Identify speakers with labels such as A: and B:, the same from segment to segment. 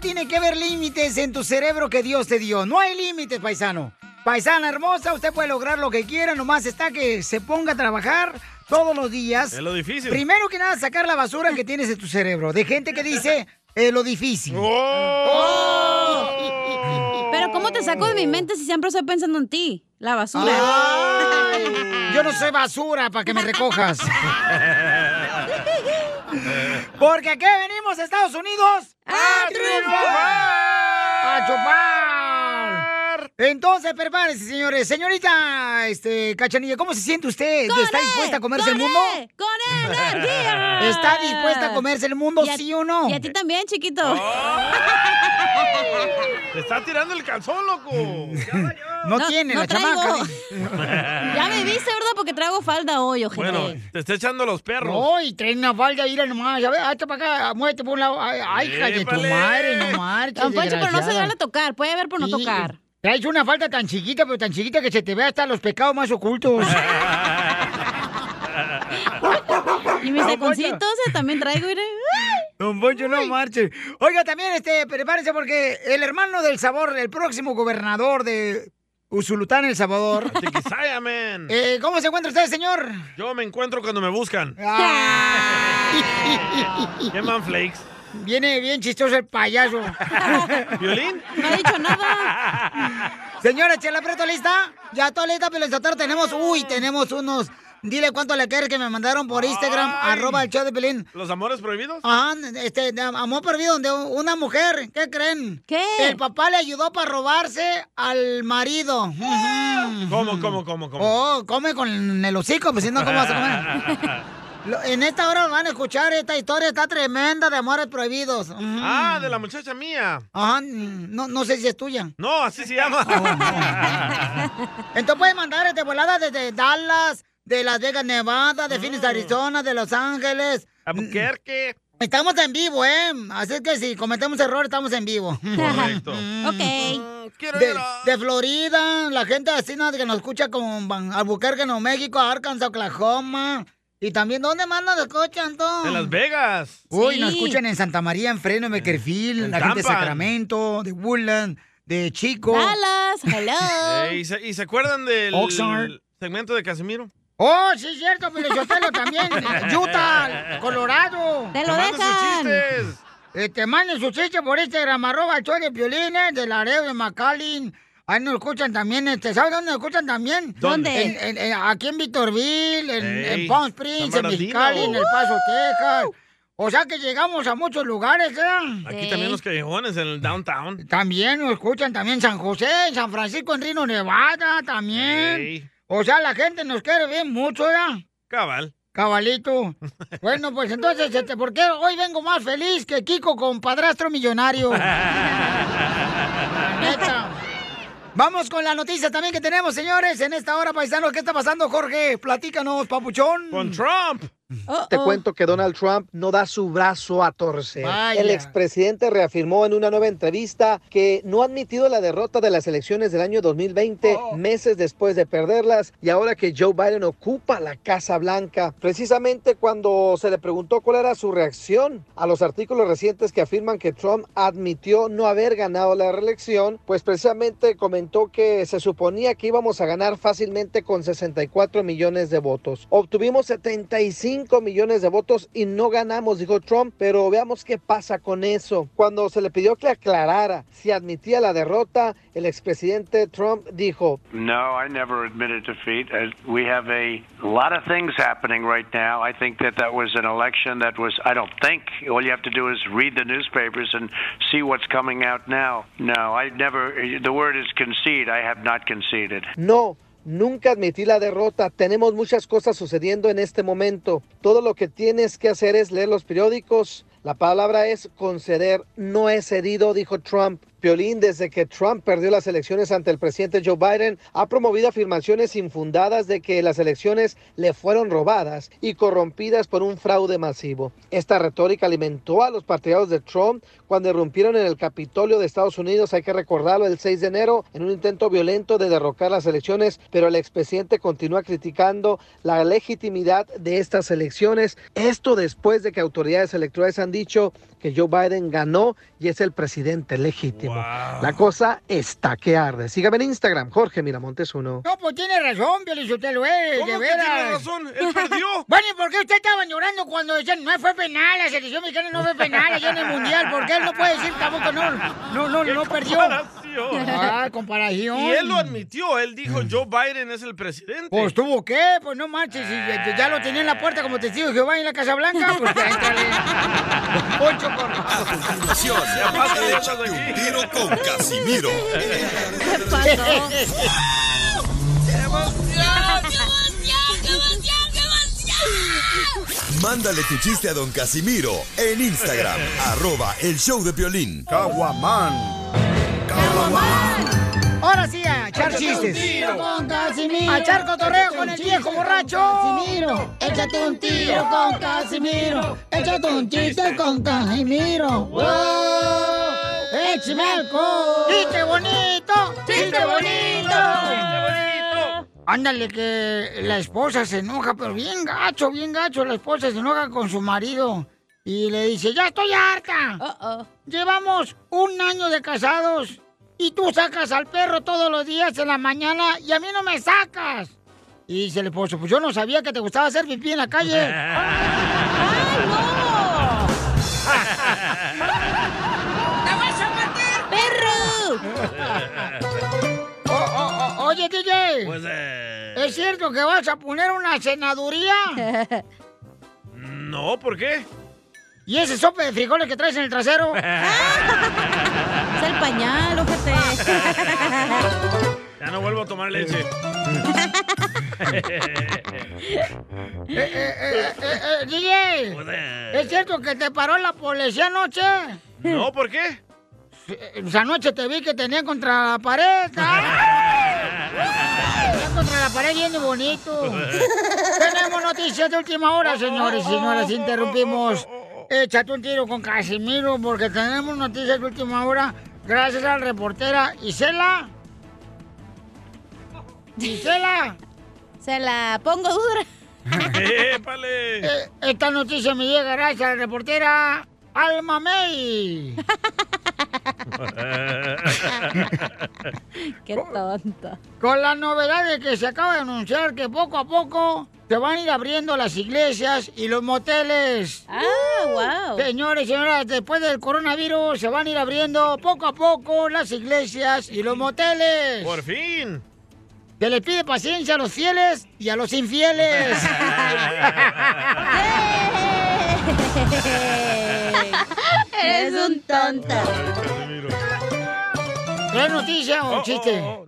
A: tiene que haber límites en tu cerebro que Dios te dio. No hay límites, paisano. Paisana hermosa, usted puede lograr lo que quiera, nomás está que se ponga a trabajar todos los días.
B: Es lo difícil.
A: Primero que nada, sacar la basura que tienes en tu cerebro. De gente que dice eh, lo difícil.
B: Oh.
C: Pero ¿cómo te saco de mi mente si siempre estoy pensando en ti? La basura.
A: Ay, yo no soy basura para que me recojas. Oh. Porque aquí venimos, Estados Unidos, a, triunfar. A chupar. Entonces, prepárense, señores. Señorita, este, Cachanilla, ¿cómo se siente usted?
C: ¡Con
A: ¿Está
C: E!
A: dispuesta a comerse el
C: ¡Con
A: mundo?
C: E! ¡Con energía!
A: ¿Está dispuesta a comerse el mundo,
C: Y a-
A: sí o no?
C: Y a ti también, chiquito.
B: Te está tirando el calzón, loco.
A: No, tiene, la
C: traigo.
A: chamaca.
C: Ya me viste, ¿verdad? Porque traigo falda hoy, ojete.
B: Bueno, te está echando los perros.
A: No, y trae una falda, mira nomás. Ya ve, hazte para acá, muévete por un lado. Ay, ay, hija de tu
B: Épale.
A: madre, no marches.
C: Don Poncho, pero no se
A: desgraciada.
C: vale tocar. Puede haber por no
A: Sí,
C: tocar.
A: Traes una falta tan chiquita, pero tan chiquita que se te ve hasta los pecados más ocultos.
C: Y mis
A: Don
C: taconcitos eh, también traigo, mire.
A: Don Poncho, no marche. Oiga, también, este, prepárense porque el hermano del sabor, el próximo gobernador de Usulután, El Salvador.
B: Saya, man.
A: Eh, ¿Cómo se encuentra usted, señor?
B: Yo me encuentro cuando me buscan.
A: Ah.
B: ¿Qué manflakes?
A: Viene bien chistoso el payaso.
B: ¿Violín?
C: No ha dicho nada.
A: Señora Chela Preto, ¿lista? Ya está lista, Pelizotero. Tenemos, uy, tenemos unos. Dile cuánto le quieres que me mandaron por Instagram, arroba el show de Pelín.
B: ¿Los amores prohibidos?
A: Ajá, este, de amor perdido, donde una mujer, ¿qué creen?
C: ¿Qué?
A: El papá le ayudó para robarse al marido. Ujú.
B: ¿Cómo, cómo, cómo, cómo?
A: Oh, come con el hocico, pues si no, ¿cómo vas a comer? Lo- En esta hora van a escuchar esta historia, está tremenda de amores prohibidos. Ujú.
B: Ah, de la muchacha mía.
A: Ajá, no, no sé si es tuya. Oh,
B: No, así se llama.
A: Entonces puedes mandar este volada desde Dallas, de Las Vegas, Nevada, de Phoenix, Arizona, de Los Ángeles.
B: Mm. Albuquerque.
A: Estamos en vivo, ¿eh? Así que si cometemos error, estamos en vivo.
B: Correcto.
C: Ok.
B: Mm, Quiero
A: De,
B: llorar.
A: de Florida, la gente así ¿no? que nos escucha como Van- Albuquerque, Nuevo México, Arkansas, Oklahoma. Y también, ¿dónde más nos escuchan, Tom?
B: De Las Vegas.
A: Uy,
C: Sí.
A: nos escuchan en Santa María, en Fresno, en Beckerfield,
B: en
A: la gente de
B: Tampa.
A: Sacramento, de Woodland, de Chico.
C: Dallas,
B: Eh,
C: hello.
B: ¿y, se, y se acuerdan del
A: Oxnard.
B: segmento de Casimiro?
A: Oh, sí, es cierto, Pelizotelo también. Utah, Colorado.
C: Te lo
B: ¡Me mandan sus
C: dejan.
B: chistes!
A: Eh, te manden su chiste por Instagram, arroba el show de Piolines, de Laredo, de McAllen. Ahí nos escuchan también, este, ¿sabes dónde nos escuchan también?
C: ¿Dónde?
A: En- en- en- aquí en Victorville, en,
B: Ey,
A: en Palm Springs,
B: San
A: en
B: Bernardino. Uh-huh.
A: Mexicali, en El Paso, Texas. O sea que llegamos a muchos lugares, ¿eh?
B: Aquí
C: Sí.
B: también los callejones en el downtown.
A: También nos escuchan también San José, San Francisco, en Reno, Nevada, también.
B: Ey,
A: O sea, la gente nos quiere bien mucho, ¿eh?
B: cabal.
A: Cabalito. Bueno, pues entonces, este, ¿por qué hoy vengo más feliz que Kiko con padrastro millonario? La neta. Vamos con la noticia también que tenemos, señores, en esta hora, paisanos. ¿Qué está pasando, Jorge? Platícanos, papuchón.
B: Con Trump.
C: Oh,
D: Te
C: oh.
D: cuento que Donald Trump no da su brazo a torcer.
A: Vaya.
D: El expresidente reafirmó en una nueva entrevista que no ha admitido la derrota de las elecciones del año 2020,
A: Oh.
D: meses después de perderlas, y ahora que Joe Biden ocupa la Casa Blanca. Precisamente cuando se le preguntó cuál era su reacción a los artículos recientes que afirman que Trump admitió no haber ganado la reelección, pues precisamente comentó que se suponía que íbamos a ganar fácilmente con 64 millones de votos. Obtuvimos 75 millones de votos y no ganamos, dijo Trump, pero veamos qué pasa con eso. Cuando se le pidió que aclarara si admitía la derrota, el expresidente Trump dijo,
E: No, I never admitted defeat. Uh, We have a lot of things happening right now. I think that that was an election that was, I don't think, all you have to do is read the newspapers and see what's coming out now. No, I never, the word is concede. I have not conceded.
D: No, nunca admití la derrota. Tenemos muchas cosas sucediendo en este momento. Todo lo que tienes que hacer es leer los periódicos. La palabra es conceder, no he cedido, dijo Trump. Piolín, desde que Trump perdió las elecciones ante el presidente Joe Biden, ha promovido afirmaciones infundadas de que las elecciones le fueron robadas y corrompidas por un fraude masivo. Esta retórica alimentó a los partidarios de Trump cuando irrumpieron en el Capitolio de Estados Unidos, hay que recordarlo, el 6 de enero, en un intento violento de derrocar las elecciones, pero el expresidente continúa criticando la legitimidad de estas elecciones. Esto después de que autoridades electorales han dicho que Joe Biden ganó y es el presidente legítimo. La cosa está que arde. Sígame en Instagram, Jorge Miramontes 1.
A: No, pues tiene razón, Piolichotelo, eh,
D: ¿Cómo
A: de
D: que
A: veras.
D: tiene razón? Él perdió.
A: Bueno, ¿y por qué usted estaba llorando cuando decían no fue penal, la selección mexicana no fue penal allá en el Mundial? ¿Por qué él no puede decir tampoco no, no, no, no perdió?
B: comparación.
A: Ah, comparación.
B: Y él lo admitió, él dijo Joe Biden es el presidente. Eh,
A: Pues tuvo qué, pues no manches, si ya, ya lo tenía en la puerta como testigo de Jehová en la Casa Blanca, pues éntrale. Poncho
F: A continuación, échate un tiro con Casimiro.
A: ¿Qué
F: pasó? Mándale tu chiste a don Casimiro en Instagram, arroba el show de violín. Caguaman.
A: Ahora sí, a echar
F: Échate un
A: chistes.
F: tiro
G: con Casimiro.
A: A echar cotorreo
G: Échate
A: con
G: un
A: el
G: chiste
A: viejo
G: con
A: borracho.
G: Casimiro. Échate un tiro con Casimiro. Échate un chiste con Casimiro. ¡Wow! ¡Échame alcohol!
A: ¡Chiste bonito! ¡Chiste bonito! Ándale, que la esposa se enoja, pero bien gacho, bien gacho. La esposa se enoja con su marido y le dice, ya estoy harta. Llevamos un año de casados y tú sacas al perro todos los días en la mañana y a mí no me sacas. Y dice el esposo, pues yo no sabía que te gustaba hacer pipí en la calle.
F: ¡La vas a matar, perro!
A: O-
G: Oh,
A: o- o- oye, DJ.
B: pues, eh.
A: ¿Es cierto que vas a poner una cenaduría?
B: No, ¿por qué?
A: ¿Y ese sope de frijoles que traes en el trasero?
C: Es el pañal, ojete.
B: Ya no vuelvo a tomar leche.
A: Eh, eh, eh, eh, eh, DJ, ¿es cierto que te paró la policía anoche?
B: No, ¿por qué?
A: Pues anoche te vi que tenía contra la pared. Tenía contra la pared bien y bonito. Tenemos noticias de última hora, señores y señoras. Interrumpimos. Échate un tiro con Casimiro porque tenemos noticias de última hora. Gracias a la reportera Isela. Isela.
C: Se la pongo dura.
A: Eh, esta noticia me llega gracias a la reportera Alma May.
C: Qué tonta.
A: Con las novedades que se acaba de anunciar que poco a poco se van a ir abriendo las iglesias y los moteles.
C: Ah,
A: Uh,
C: wow.
A: Señores, señoras, después del coronavirus se van a ir abriendo poco a poco las iglesias y los moteles.
B: Por fin.
A: Se les pide paciencia a los fieles y a los infieles.
C: Eres un tonto.
A: ¿Trae noticia o chiste?
B: Oh,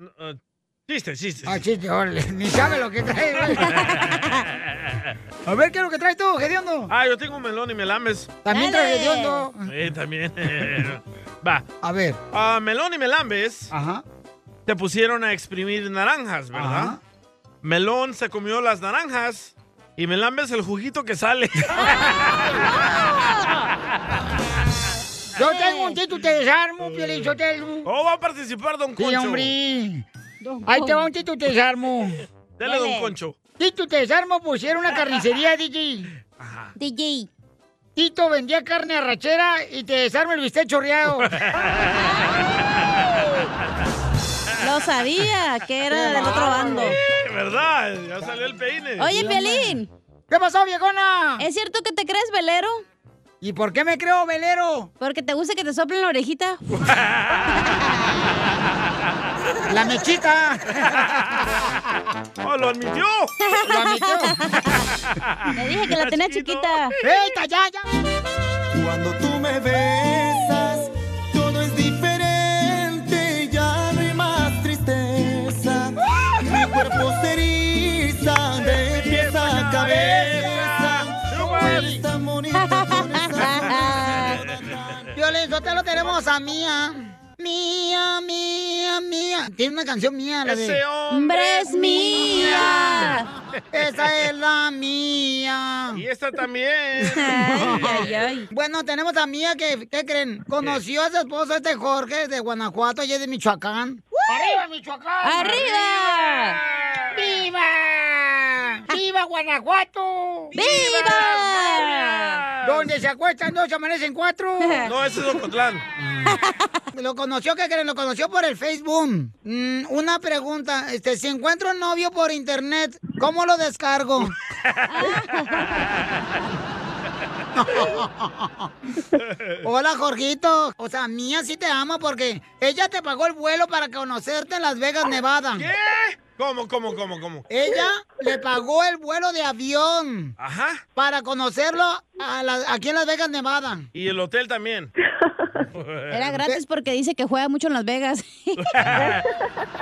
B: Chiste, chiste.
A: Ah, chiste, órale. Ni sabe lo que trae, güey. A ver, ¿qué es lo que traes tú, Gediondo?
B: Ah, yo tengo un melón y me lames.
A: También trae Gediondo.
B: Eh, también. Va.
A: A ver.
B: Ah, melón y melambes.
A: Ajá.
B: Te pusieron a exprimir naranjas, ¿verdad? Melón se comió las naranjas y melambes el juguito que sale.
A: Yo tengo un título, te desarmo, Piolín Sotelo.
B: ¿Cómo Oh, va a participar Don
A: Sí,
B: Concho?
A: hombre. Ahí te va un título, te desarmo.
B: Dale, Don Concho.
A: Tito te desarmo pusieron una carnicería, DJ. DJ. Tito vendía carne arrachera y te desarma el bistec chorreado.
C: Lo sabía que era del otro bando.
B: Eh, ¿Verdad? Ya salió el peine.
C: Oye, Piolín.
A: ¿Qué pasó, viejona?
C: ¿Es cierto que te crees velero?
A: ¿Y por qué me creo velero?
C: Porque te gusta que te soplen la orejita.
A: La mechita.
B: ¡Oh, lo admitió!
A: ¡Lo admitió!
C: Le dije que la tenía chiquita.
A: ¡Eita, ya, ya!
F: Cuando tú me besas, todo es diferente, ya no hay más tristeza. Mi cuerpo se eriza de pies a cabeza. Eres tan bonita con
A: Ah.
F: esa
A: Violín, te lo tenemos a Mía. Mía, mía, mía. Tiene una canción mía, la de...
F: Ese hombre es mía.
A: Esa es la mía.
B: Y esta también.
A: Bueno, tenemos a Mía que, ¿qué creen? Conoció a su esposo este Jorge de Guanajuato, ella es de Michoacán. ¡Arriba, Michoacán!
F: ¡Arriba!
A: ¡Viva! ¡Viva Guanajuato!
F: ¡Viva!
A: Donde que se acuestan dos, se amanecen cuatro. Mm.
B: No, ese es Ocotlán.
A: Lo conoció, ¿qué creen? Lo conoció por el Facebook. Mm, una pregunta, este, si encuentro un novio por internet, ¿cómo lo descargo? Hola, Jorgito. O sea, Mía sí te ama porque ella te pagó el vuelo para conocerte en Las Vegas, Nevada.
B: ¿Qué? ¿Cómo, cómo, cómo, cómo?
A: Ella le pagó el vuelo de avión
B: Ajá.
A: para conocerlo a la- aquí en Las Vegas, Nevada.
B: Y el hotel también.
C: Era gratis porque dice que juega mucho en Las Vegas.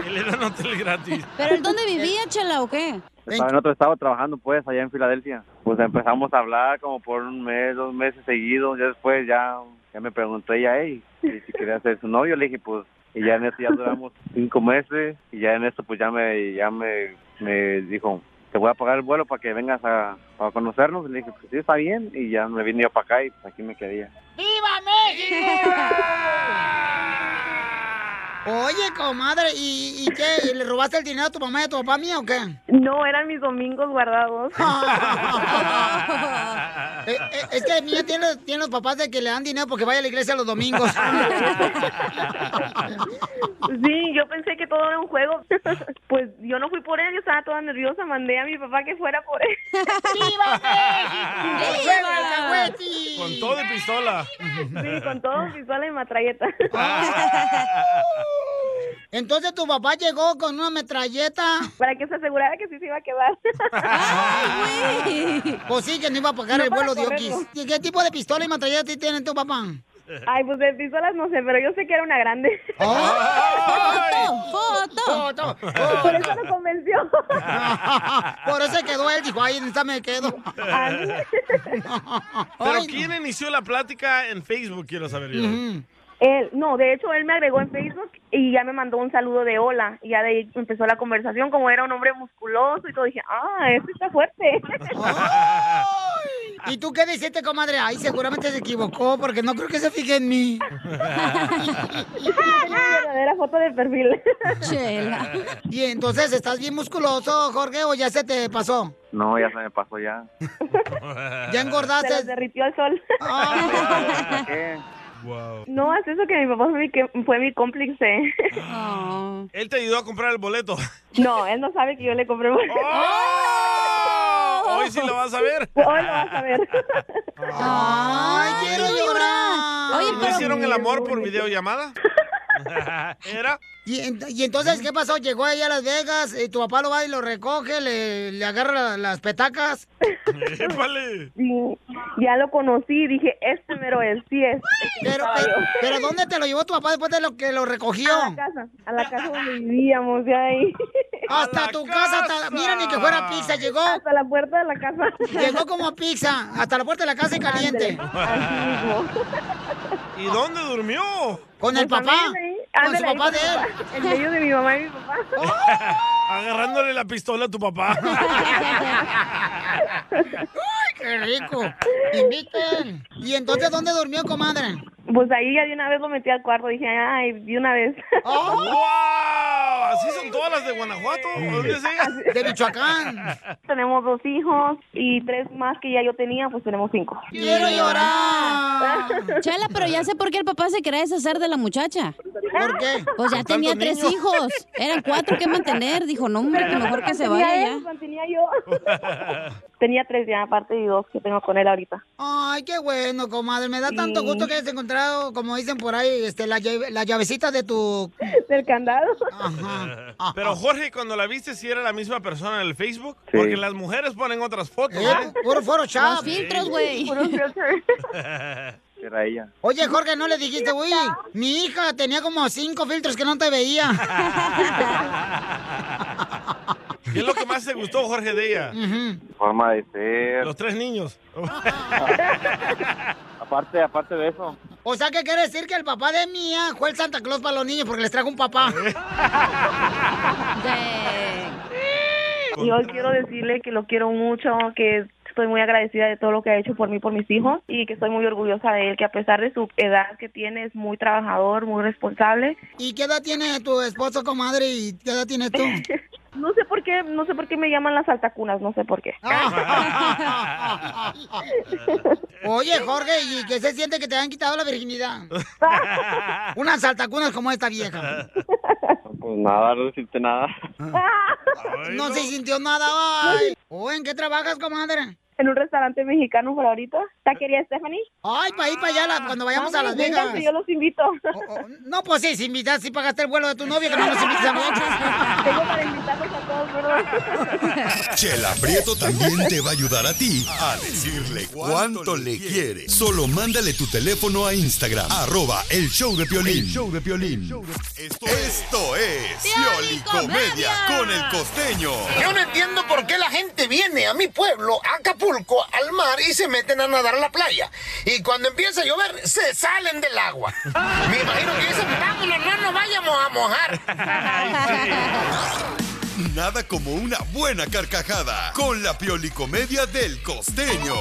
B: Y le dan hotel gratis.
C: ¿Pero él dónde vivía, Chela, o qué?
H: Estaba en otro estado trabajando, pues, allá en Filadelfia. Pues empezamos a hablar como por un mes, dos meses seguidos. Ya después ya, ya me preguntó ella, hey, que si quería ser su novio. Le dije, pues, y ya en eso ya duramos cinco meses. Y ya en eso, pues, ya me, ya me, me dijo, te voy a pagar el vuelo para que vengas a, a conocernos. Le dije, pues, sí, está bien. Y ya me vine yo para acá y pues, aquí me quedé.
A: ¡Viva México! Oye, comadre, ¿y, y qué? ¿Y ¿Le robaste el dinero a tu mamá y a tu papá mía o qué?
G: No, eran mis domingos guardados.
A: Eh, eh, es que mía tiene, tiene los papás de que le dan dinero porque vaya a la iglesia los domingos.
G: Sí, yo pensé que todo era un juego. Pues yo no fui por él, yo estaba toda nerviosa, mandé a mi papá que fuera por él.
B: Con todo y pistola.
G: Sí, con todo, pistola y matralleta.
A: Entonces tu papá llegó con una metralleta.
G: Para que se asegurara que sí se iba a quedar.
A: Pues sí, que no iba a pagar
G: No
A: el
G: para
A: vuelo de
G: correrlo.
A: Oquis. ¿Y qué tipo de pistola y metralleta tiene tu papá?
G: Ay, pues de pistolas no sé, pero yo sé que era una grande.
C: ¡Foto!
A: ¡Foto!
G: Por eso lo convenció.
A: Por eso se quedó él, dijo, ahí esta me quedo.
B: Pero ¿quién inició la plática en Facebook? Quiero saber yo.
G: Él, no, de hecho él me agregó en Facebook y ya me mandó un saludo de hola. Y ya de ahí empezó la conversación, como era un hombre musculoso y todo, dije, ah, este está fuerte.
A: Oh, ¿Y tú qué dijiste, comadre? Ay, seguramente se equivocó porque no creo que se fije en mí.
G: Tenía mi verdadera foto de perfil.
C: Chela.
A: Y entonces, ¿estás bien musculoso, Jorge, o ya se te pasó?
H: No, ya se me pasó ya.
A: ¿Ya
G: Se los
A: engordaste?
G: derritió el sol.
B: Ah.
H: ¿Qué?
B: Wow.
G: No, es eso que mi papá fue mi, que- fue mi cómplice.
B: Ah.
C: Oh.
B: Él te ayudó a comprar el boleto.
G: No, él no sabe que yo le compré. un-
B: ¡Oh! Hoy sí lo vas a ver.
G: Hoy lo vas a ver.
A: ¡Ay, quiero llorar!
C: Oye,
B: ¿No
C: pero-
B: hicieron el amor por videollamada? ¿Era?
A: Y, en- y entonces, ¿qué pasó? Llegó ahí a Las Vegas, eh, tu papá lo va y lo recoge, le, le agarra la- las petacas.
B: Épale.
G: Y ya lo conocí y dije, este mero es, sí es.
A: Pero,
G: Estaba
A: pero,
G: yo.
A: pero ¿dónde te lo llevó tu papá después de lo que lo
C: Ah,
A: recogió?
G: A la casa, a la casa donde vivíamos, ya ahí.
B: ¡A
A: Hasta
B: la
A: tu casa, hasta,
B: casa!
A: mira, ni que fuera pizza, llegó,
G: Hasta la puerta de la casa.
A: llegó como pizza, hasta la puerta de la casa y caliente.
G: Así mismo.
B: ¿Y dónde durmió?
A: Con el
G: Pues
A: papá,
G: también
A: con
G: ahí,
A: su
G: ándale, ahí
A: papá de
G: mi
A: él.
G: papá, En medio de mi mamá y mi papá.
B: Agarrándole la pistola a tu papá.
A: ¡Ay, qué rico! Inviten. ¿Y entonces dónde durmió, comadre?
G: Pues ahí ya de una vez lo metí al cuarto. Dije, ay, de una vez.
A: ¡Oh!
B: ¡Wow! Ah, Así son todas las de Guanajuato. ¿Dónde sea?
A: De Michoacán.
G: tenemos dos hijos y tres más que ya yo tenía, pues tenemos cinco.
A: ¡Quiero llorar!
C: Chela, pero ya sé por qué el papá se quería deshacer de la muchacha.
A: ¿Por qué?
C: Pues ya
B: tantos
C: tenía tres
B: niños.
C: hijos. Eran cuatro que mantener. Dijo, no, hombre, que mejor que se
G: Tenía
C: vaya
G: él,
C: ya.
G: tenía yo. tenía tres ya, aparte de dos que tengo con él ahorita.
A: Ay, qué bueno, comadre. Me da tanto
G: Sí.
A: gusto que hayas encontrado, como dicen por ahí, este, la, llave- la llavecita de tu... Ah,
G: Del candado.
A: Ajá. ajá.
B: Pero Jorge, cuando la viste, si era la misma persona en el Facebook.
H: Sí.
B: Porque las mujeres ponen otras fotos.
A: Eh,
B: ¿eh?
A: pu- puro
C: Los
A: Photoshop.
C: filtros, güey.
G: Por un filter.
H: Era ella.
A: Oye, Jorge, ¿no le dijiste, uy, mi hija tenía como cinco filtros que no te veía?
B: ¿Qué es lo que más te gustó, Jorge, de ella?
A: Ujú.
H: Forma de ser.
B: Los tres niños.
H: Aparte, aparte de eso,
A: O sea, ¿qué quiere decir que el papá de mía fue el Santa Claus para los niños porque les trajo un papá?
C: De-
G: Y hoy quiero decirle que lo quiero mucho, que
I: Estoy muy agradecida de todo lo que ha hecho por mí, por mis hijos y que estoy muy orgullosa de él, que a pesar de su edad que tiene es muy trabajador, muy responsable.
G: ¿Y qué edad tiene tu esposo, comadre? ¿Y qué edad tienes tú?
I: No sé por qué, no sé por qué me llaman las altacunas, no sé por qué.
G: Oye, Jorge, ¿y qué se siente que te han quitado la virginidad? Unas saltacunas como esta vieja.
H: Pues nada, no decirte nada.
G: No se sintió nada. ay. ¿O en qué trabajas, comadre?
I: En un restaurante mexicano por ahorita. Taquería Stephanie.
G: Ay, para ir para allá, la- cuando vayamos a Las Vegas.
I: Yo los invito.
G: No, pues sí, si invitas, si pagaste el vuelo de tu novia, que no nos invitas a nosotros.
I: Tengo para invitarlos a todos, ¿verdad?
J: Chela Prieto también te va a ayudar a ti a decirle cuánto le quiere. Solo mándale tu teléfono a Instagram, arroba el show de Piolín.
K: El
J: show de Esto es Piolicomedia con el costeño.
L: Yo no entiendo por qué la gente viene a mi pueblo, a Acapulco, al mar y se meten a nadar a la playa. Y cuando empieza a llover, se salen del agua. Me imagino que dicen, vámonos, no nos vayamos a mojar.
J: Nada como una buena carcajada con la Piolicomedia del costeño.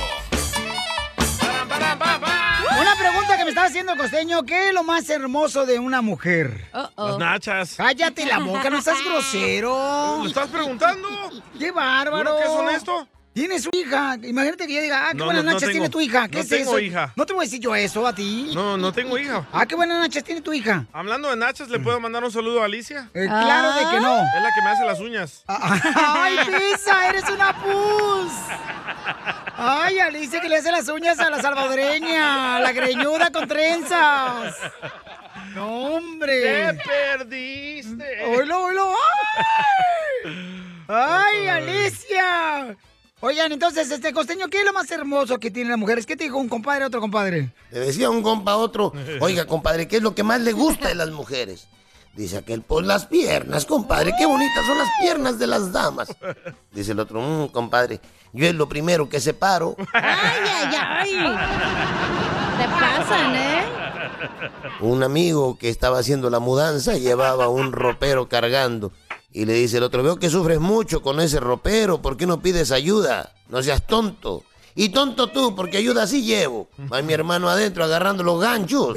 A: Una pregunta que me estaba haciendo el costeño, ¿qué es lo más hermoso de una mujer?
B: Las nachas.
A: Cállate la boca, no seas grosero.
B: ¿Lo estás preguntando?
A: ¡Qué bárbaro!
B: ¿Uno que es honesto?
A: Tienes una hija. Imagínate que yo diga, ah, qué
B: No,
A: buenas
B: no, no
A: noches
B: tengo.
A: tiene tu hija. ¿Qué
B: No
A: es
B: tengo
A: eso?
B: hija.
A: No te voy a decir yo eso a ti.
B: No, no tengo hija.
A: Ah, qué buenas noches tiene tu hija.
B: Hablando de nachas, ¿le puedo mandar un saludo a Alicia?
A: Eh, claro de que no. Ah,
B: Es la que me hace las uñas.
A: ¡Ay, Pisa! ¡Eres una pus! ¡Ay, Alicia, que le hace las uñas a la salvadoreña! a ¡La greñuda con trenzas! ¡No, hombre!
B: ¡Te perdiste!
A: ¡Oilo, oilo! ¡Ay! ¡Ay, Alicia! Oigan, entonces, este costeño, ¿qué es lo más hermoso que tiene la mujer? Es que te dijo un compadre a otro compadre.
L: Le decía un compa a otro, oiga, compadre, ¿qué es lo que más le gusta de las mujeres? Dice aquel, pues las piernas, compadre, qué bonitas son las piernas de las damas. Dice el otro, "Mm, compadre, yo es lo primero que separo.
C: Ay, ay, ay. Te pasan, ¿eh?
L: Un amigo que estaba haciendo la mudanza llevaba un ropero cargando. Y le dice el otro, veo que sufres mucho con ese ropero, ¿por qué no pides ayuda? No seas tonto. Y tonto tú, porque ayuda sí llevo. Va mi hermano adentro agarrando los ganchos.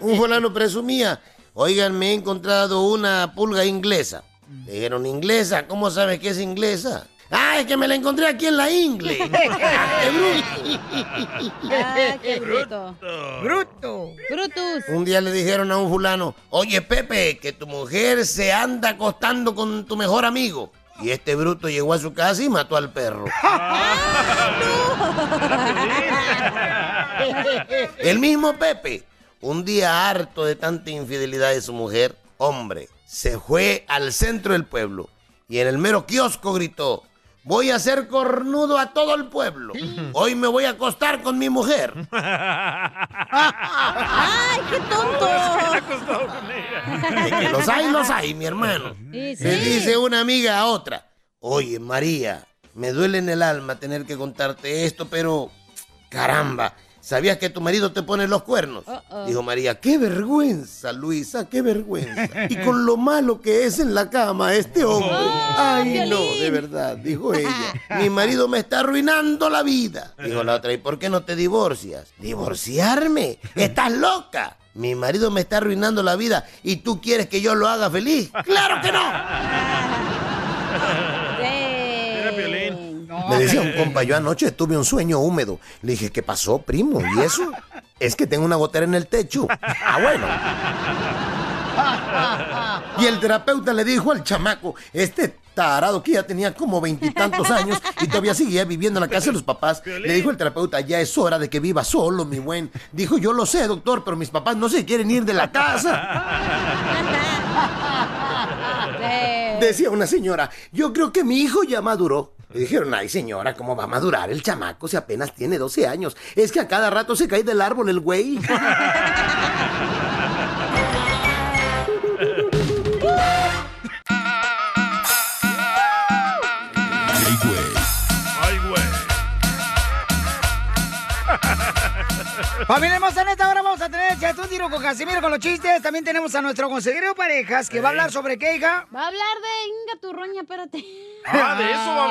L: Un fulano presumía, oigan, me he encontrado una pulga inglesa. Le dijeron, inglesa, ¿cómo sabes que es inglesa? Ah, es que me la encontré aquí en la Ingle. Ah, qué bruto.
C: Ah, qué bruto.
A: Bruto.
C: Brutus.
L: Un día le dijeron a un fulano, oye Pepe, que tu mujer se anda acostando con tu mejor amigo. Y este bruto llegó a su casa y mató al perro. El mismo Pepe, un día harto de tanta infidelidad de su mujer, hombre, se fue al centro del pueblo y en el mero kiosco gritó, voy a ser cornudo a todo el pueblo. Hoy me voy a acostar con mi mujer.
C: ¡Ay, qué tonto!
L: De que los hay, los hay, mi hermano.
C: Sí,
L: Le
C: sí.
L: dice una amiga a otra, oye María, me duele en el alma tener que contarte esto, pero caramba, ¿sabías que tu marido te pone los cuernos? Dijo María, qué vergüenza, Luisa, qué vergüenza. Y con lo malo que es en la cama este hombre. Ay, no, de verdad, dijo ella. Mi marido me está arruinando la vida. Dijo la otra, ¿y por qué no te divorcias? ¿Divorciarme? ¿Estás loca? Mi marido me está arruinando la vida y tú quieres que yo lo haga feliz. ¡Claro que no!
A: ah.
C: Era
B: Piolín.
L: Me decía un compa, yo anoche tuve un sueño húmedo. Le dije, ¿qué pasó, primo? ¿Y eso? Es que tengo una gotera en el techo. Ah, bueno. Y el terapeuta le dijo al chamaco, este tarado que ya tenía como veintitantos años y todavía seguía viviendo en la casa de los papás, le dijo el terapeuta, ya es hora de que viva solo, mi buen. Dijo, yo lo sé, doctor, pero mis papás no se quieren ir de la casa. Decía una señora, yo creo que mi hijo ya maduró. Le dijeron, ay señora, ¿cómo va a madurar el chamaco si apenas tiene 12 años? Es que a cada rato se cae del árbol el güey.
B: ¡Ay, güey!
A: Familia hermosa, en esta hora vamos a tener Echate un tiro con Casimiro con los chistes. También
B: Eh.
A: tenemos a nuestro consejero de parejas que va a hablar sobre qué, hija.
C: Va a hablar de Inga Turroña, espérate.
B: Ah, de eso va a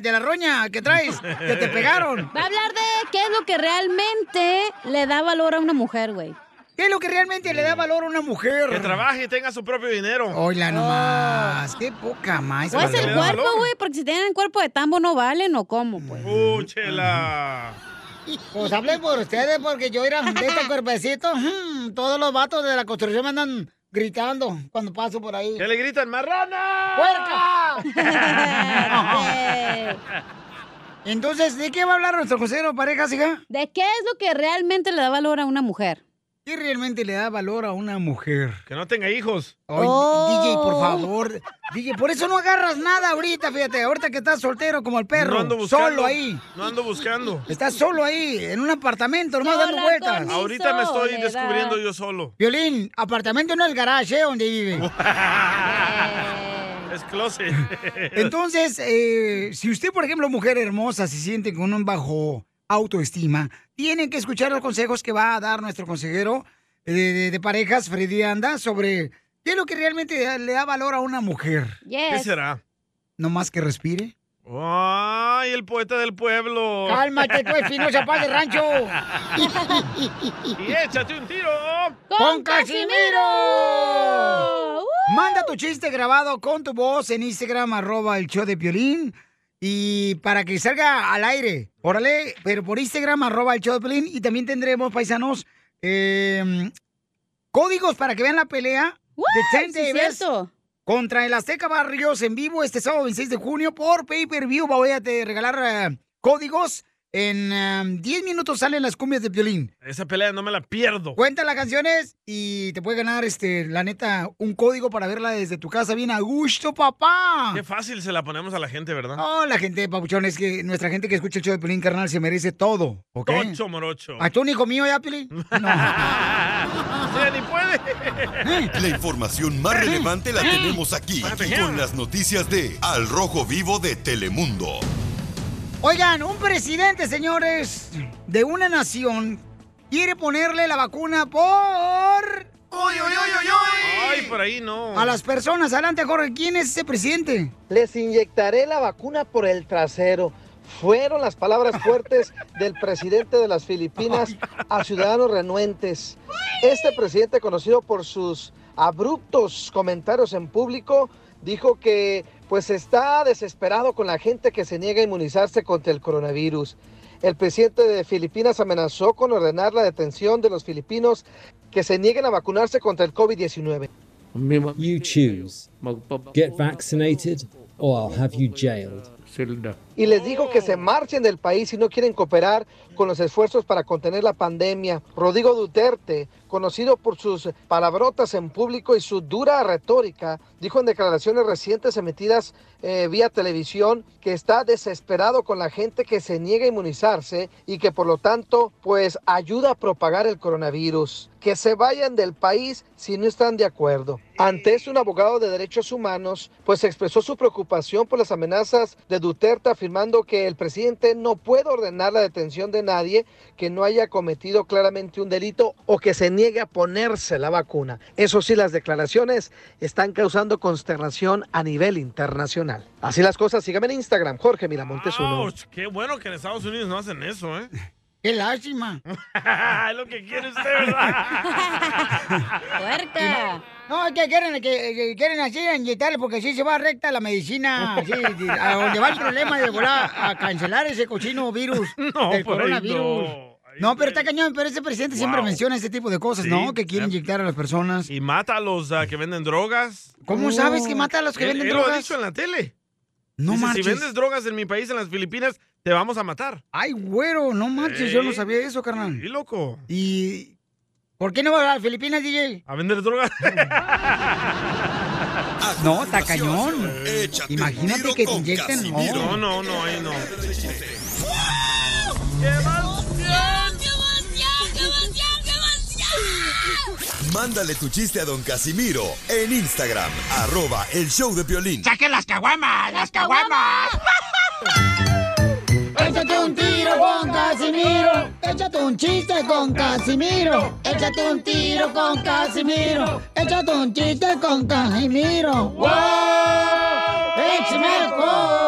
A: De la roña que traes, que te pegaron.
C: Va a hablar de qué es lo que realmente le da valor a una mujer, güey.
A: ¿Qué es lo que realmente le da valor a una mujer?
B: Que trabaje y tenga su propio dinero.
A: Hola nomás, qué poca más.
C: O es el cuerpo, güey, porque si tienen el cuerpo de tambo no valen o cómo, pues.
B: ¡Uh, chela!
A: Pues hablen por ustedes, porque yo era de este cuerpecito. mm, todos los vatos de la construcción me andan gritando cuando paso por ahí.
B: ¿Qué le gritan? ¡Marrana!
A: ¡Puerca! Entonces, ¿de qué va a hablar nuestro consejero parejas, hija?
C: ¿De qué es lo que realmente le da valor a una mujer?
A: ¿Qué realmente le da valor a una mujer?
B: Que no tenga hijos.
A: Ay,
B: Oh.
A: DJ, por favor. DJ, por eso no agarras nada ahorita, fíjate. Ahorita que estás soltero como el perro.
B: No ando buscando.
A: Solo ahí.
B: No ando buscando.
A: Estás solo ahí, en un apartamento, nomás
B: Sola
A: dando vueltas.
B: con mi Ahorita me estoy soledad. descubriendo yo solo.
A: Violín, apartamento no el garaje ¿eh? donde vive.
B: Es closet.
A: Entonces, eh, si usted, por ejemplo, mujer hermosa, se siente con un bajo autoestima, tienen que escuchar los consejos que va a dar nuestro consejero eh, de, de- de parejas, Freddy Anda, sobre qué es lo que realmente da- le da valor a una mujer.
B: ¿Qué será?
A: No más que respire.
B: ¡Ay, el poeta del pueblo!
A: Cálmate, tú, Espinosa, paz de rancho.
B: y échate un tiro.
A: ¡Con Casimiro! Manda tu chiste grabado con tu voz en Instagram, arroba el show de Piolín. Y para que salga al aire, órale, pero por Instagram, arroba el show de Piolín. Y también tendremos, paisanos, eh, códigos para que vean la pelea de Ten
C: Sí, es
A: Davis contra el Azteca Barrios en vivo este sábado 26 de junio por pay-per-view. Voy a te regalar eh, códigos. En eh, 10 minutos salen las cumbias de Piolín.
B: Esa pelea no me la pierdo.
A: Cuenta las canciones y te puede ganar, este, la neta, un código para verla desde tu casa bien a gusto, papá.
B: Qué fácil se la ponemos a la gente, ¿verdad?
A: Oh, la gente, papuchón, es que nuestra gente que escucha el show de Pelín Carnal se merece todo, ¿ok?
B: Tocho morocho.
A: ¿A tú un hijo mío ya, Pelín? No.
B: Ya ni puede.
J: La información más relevante la tenemos aquí, aquí con las noticias de Al Rojo Vivo de Telemundo.
A: Oigan, un presidente, señores, de una nación quiere ponerle la vacuna por...
B: Ay, por ahí no.
A: A las personas. Adelante, Jorge. ¿Quién es ese presidente?
D: Les inyectaré la vacuna por el trasero. Fueron las palabras fuertes del presidente de las Filipinas a ciudadanos renuentes. Este presidente, conocido por sus abruptos comentarios en público, dijo que pues está desesperado con la gente que se niega a inmunizarse contra el coronavirus. El presidente de Filipinas amenazó con ordenar la detención de los filipinos que se nieguen a vacunarse contra el COVID-19.
K: You choose. Get vaccinated or I'll have you jailed.
D: y les dijo que se marchen del país si no quieren cooperar con los esfuerzos para contener la pandemia. Rodrigo Duterte, conocido por sus palabrotas en público y su dura retórica, dijo en declaraciones recientes emitidas eh, vía televisión que está desesperado con la gente que se niega a inmunizarse y que por lo tanto pues ayuda a propagar el coronavirus. Que se vayan del país si no están de acuerdo. Ante eso, un abogado de derechos humanos pues expresó su preocupación por las amenazas de Duterte afirmando que el presidente no puede ordenar la detención de nadie que no haya cometido claramente un delito o que se niegue a ponerse la vacuna. Eso sí, las declaraciones están causando consternación a nivel internacional. Así las cosas, síganme en Instagram, Jorge Miramontes uno.
B: Ouch, qué bueno que en Estados Unidos no hacen eso, ¿eh? Ah,
A: Qué lástima.
B: es lo que quiere usted, ¿verdad?
A: ¡Puerca! No, es que quieren, que, que quieren así inyectarle porque así se va recta la medicina, así, de- a donde va el problema de volar a cancelar ese cochino virus,
B: No,
A: el
B: por ahí
A: coronavirus.
B: no.
A: No, pero está cañón, pero ese presidente siempre
B: Wow.
A: menciona este ese tipo de cosas,
B: Sí,
A: ¿no? Que quiere inyectar a las personas.
B: Y mata a los ah, que venden drogas. Uh,
A: ¿Cómo sabes que mata a los que
B: Él-
A: venden
B: él Lo ha
A: drogas?
B: dicho en la tele.
A: No
B: Dice,
A: marches.
B: Si vendes drogas en mi país, en las Filipinas, te vamos a matar.
A: Ay, güero, no manches, yo no
B: Sí.
A: sabía eso, carnal.
B: Y loco.
A: ¿Y por qué no vas a las Filipinas, DJ?
B: A vender drogas.
A: No, está cañón. Imagínate que te inyecten. no.
B: No, no, no, ahí no.
J: Mándale tu chiste a don Casimiro en Instagram, arroba el show de Piolín.
G: ¡Saquen las caguamas! ¡Las caguamas! Échate un tiro con Casimiro. Échate un chiste con Casimiro. Échate un tiro con Casimiro. Échate un chiste con Casimiro. ¡Wow! ¡Échame alcohol!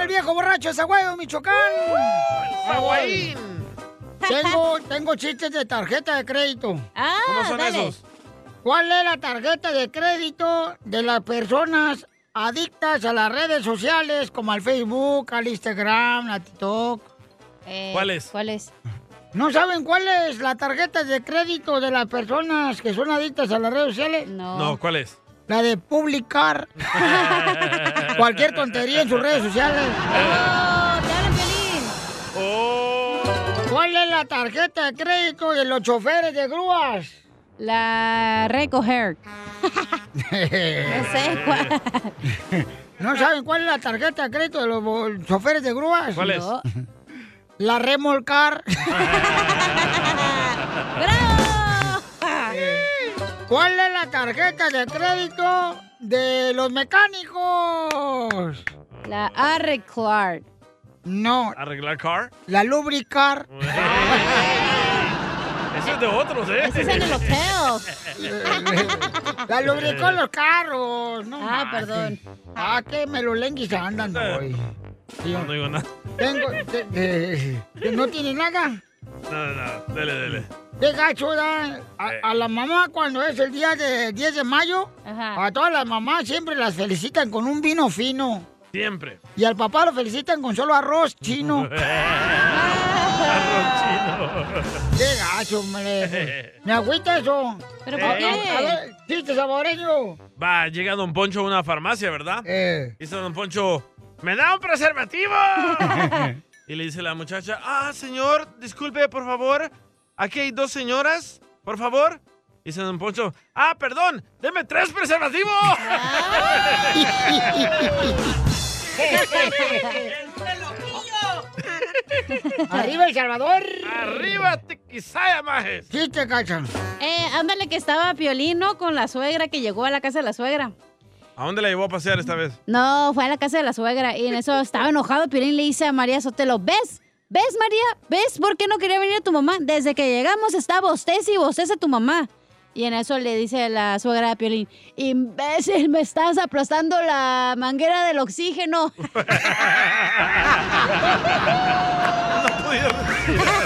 A: el viejo borracho de Zagüeyo, Michoacán.
B: Zagüeyín.
A: Tengo, tengo chistes de tarjeta de crédito.
C: Ah,
B: ¿Cómo son dale. esos?
A: ¿Cuál es la tarjeta de crédito de las personas adictas a las redes sociales como al Facebook, al Instagram, a TikTok?
B: ¿Cuál es?
C: Eh, ¿Cuál es?
A: ¿No saben cuál es la tarjeta de crédito de las personas que son adictas a las redes sociales?
B: No, ¿cuál es?
A: La de publicar cualquier tontería en sus redes sociales.
C: Oh,
F: Oh.
A: ¿Cuál es la tarjeta de crédito de los choferes de grúas?
C: La recoger. No sé cuál.
A: ¿No saben cuál es la tarjeta de crédito de los bo- choferes de grúas?
F: ¿Cuál es? No.
A: La remolcar. Ah. ¿Cuál es la tarjeta de crédito de los mecánicos?
C: La arreglar.
A: No,
B: ¿Arreglar car?
A: la lubricar.
B: Ese es de otros, ¿eh?
A: Ese es en el
C: hotel.
A: La lubricó los carros. No
C: Ah,
A: marchen.
C: perdón.
A: Ah, que me lo lenguis andan hoy.
B: No, no digo nada.
A: Tengo, te- eh, ¿No tiene nada?
B: No, no, no. Dele, dele.
A: Qué gacho, ¿verdad? a, a la mamá cuando es el día de 10 de mayo, a todas las mamás siempre las felicitan con un vino fino.
B: Siempre.
A: Y al papá lo felicitan con solo arroz chino. Qué gacho, hombre. Me agüita eso.
B: ¿Pero por qué?
A: A, a- a ver, chiste saboreño.
B: Va, llega Don Poncho a una farmacia, ¿verdad?
A: Eh.
B: Dice Don Poncho, ¡me da un preservativo! y le dice la muchacha, ah, señor, disculpe, por favor, aquí hay dos señoras, por favor. Dice Don Poncho, ah, perdón, deme tres preservativos.
A: ¡Arriba El Salvador!
B: ¡Arriba Tequisaya, majes!
A: Chiste, cachan.
C: Eh, ándale que estaba Piolino con la suegra que llegó a la casa de la suegra.
B: ¿A dónde la llevó a pasear esta vez?
C: No, fue a la casa de la suegra y en eso estaba enojado. Piolín le dice a María Sotelo, ¿ves? ¿Ves, María? ¿Ves por qué no quería venir a tu mamá? Desde que llegamos está bosteza y bosteza tu mamá. Y en eso le dice la suegra de Piolín, imbécil, me estás aplastando la manguera del oxígeno.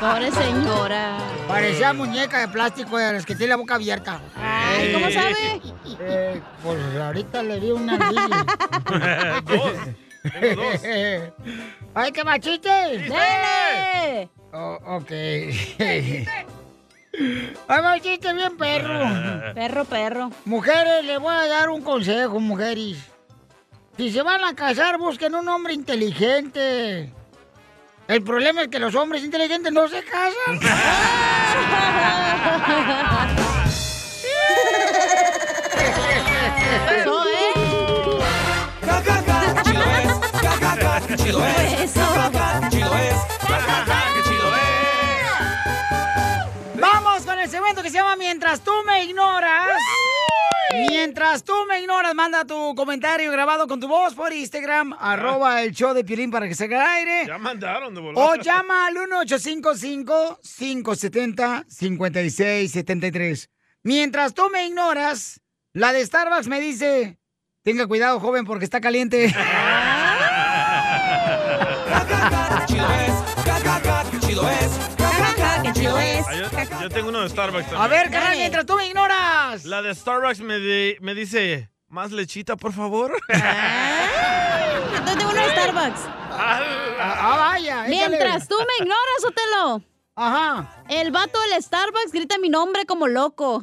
C: Pobre señora.
A: Parecía muñeca de plástico de las que tiene la boca abierta.
C: Ay, ¿cómo sabe?
A: Eh, pues ahorita le di una bilis.
B: dos. Tengo dos.
A: ¡Ay, qué machiste! ¡Dale! Oh, ok. ¡Ay, machiste bien, perro!
C: Perro, perro.
A: Mujeres, les voy a dar un consejo, mujeres. Si se van a casar, busquen un hombre inteligente. El problema es que los hombres inteligentes no se casan.
F: Eso
M: ¡Qué chido es! ¡Qué chido es! ¡Qué chido
A: Vamos con el segmento que se llama Mientras tú me ignoras. Mientras tú me ignoras, manda tu comentario grabado con tu voz por Instagram, arroba el show de Piolín para que se haga al aire.
B: Ah. Ya mandaron de
A: O
B: volar.
A: llama al 1855-570-5673. Mientras tú me ignoras, la de Starbucks me dice, tenga cuidado joven porque está caliente.
B: Ah, yo, yo tengo uno de Starbucks también.
A: A ver, carnal, mientras tú me ignoras.
B: La de Starbucks me, di- me dice, ¿más lechita, por favor?
C: Yo tengo uno de Starbucks.
A: Ah, vaya.
C: Mientras tú me ignoras, Otelo.
A: Ajá.
C: El vato del Starbucks grita mi nombre como loco.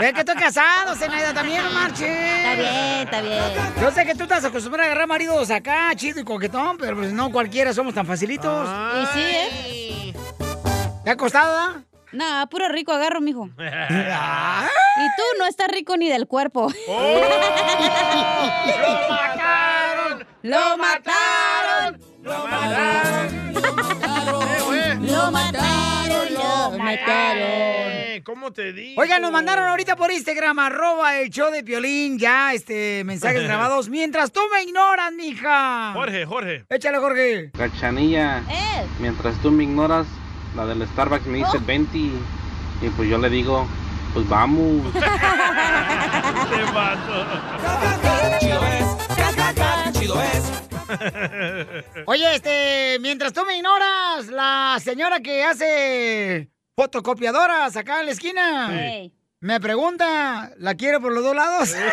A: Es que estoy casado, Zenaida, también no marches. Está
C: bien, está bien.
A: Yo sé que tú estás acostumbrada a agarrar maridos acá, chido y coquetón, pero pues no cualquiera somos tan facilitos.
F: Ah.
C: Y sí, ¿eh?
A: ¿Te ha costado? ah?
C: Nada, puro rico agarro, mijo. Y tú no estás rico ni del cuerpo.
A: Oh.
C: ¡Lo
F: ¡Lo
A: mataron!
C: mataron!
F: ¡Lo mataron! eh. ¡Lo mataron! ¡Lo mataron!
B: Eh, ¿Cómo te digo?
A: Oigan, nos mandaron ahorita por Instagram, arroba el show de Piolín, ya, este, mensajes grabados. Mientras tú me ignoras, mija.
B: Jorge, Jorge.
A: Échale, Jorge.
N: Cachanilla, mientras tú me ignoras, la del Starbucks me dice 20 y pues yo le digo, pues vamos.
F: ¡Te mato! ¡Qué chido es! ¡Qué
M: chido es.
A: Oye, este, mientras tú me ignoras, la señora que hace fotocopiadoras acá en la esquina
M: Sí.
A: me pregunta, ¿la quiere por los dos lados?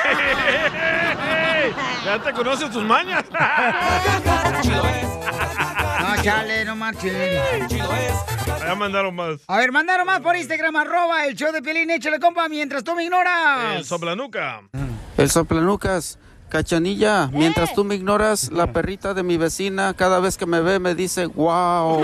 B: Ya te conoces tus mañas.
A: No, Ah, chale, no marchen.
B: Ya mandaron más.
A: A ver, mandaron más por Instagram, arroba el show de Pielín, échale compa, mientras tú me ignoras.
B: El eh, soplanuca.
O: El soplanucas. Cachanilla, mientras tú me ignoras, la perrita de mi vecina cada vez que me ve me dice, wow.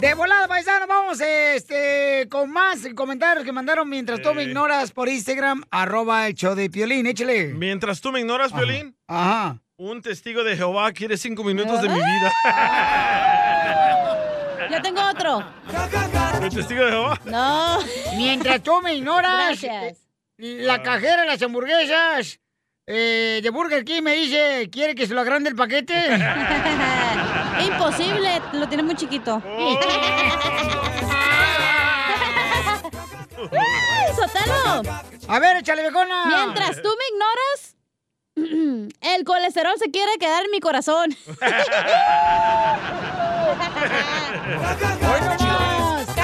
A: De volada, paisano, vamos este, con más comentarios que mandaron mientras tú me ignoras por Instagram, arroba el show de Piolín, échale. Ah.
B: Mientras tú me ignoras, Piolín.
A: Ajá.
B: Un testigo de Jehová quiere cinco minutos de mi vida.
C: Yo tengo otro.
B: ¿Un testigo de Jehová?
C: No.
A: Mientras tú me ignoras,
C: Gracias.
A: eh,
B: Ah.
A: la cajera de las hamburguesas eh, de Burger King me dice, ¿quiere que se lo agrande el paquete?
C: Imposible, lo tiene muy chiquito. ¡Ay, Sotelo!
A: A ver, échale becona.
C: Mientras tú me ignoras, el colesterol se quiere quedar en mi corazón.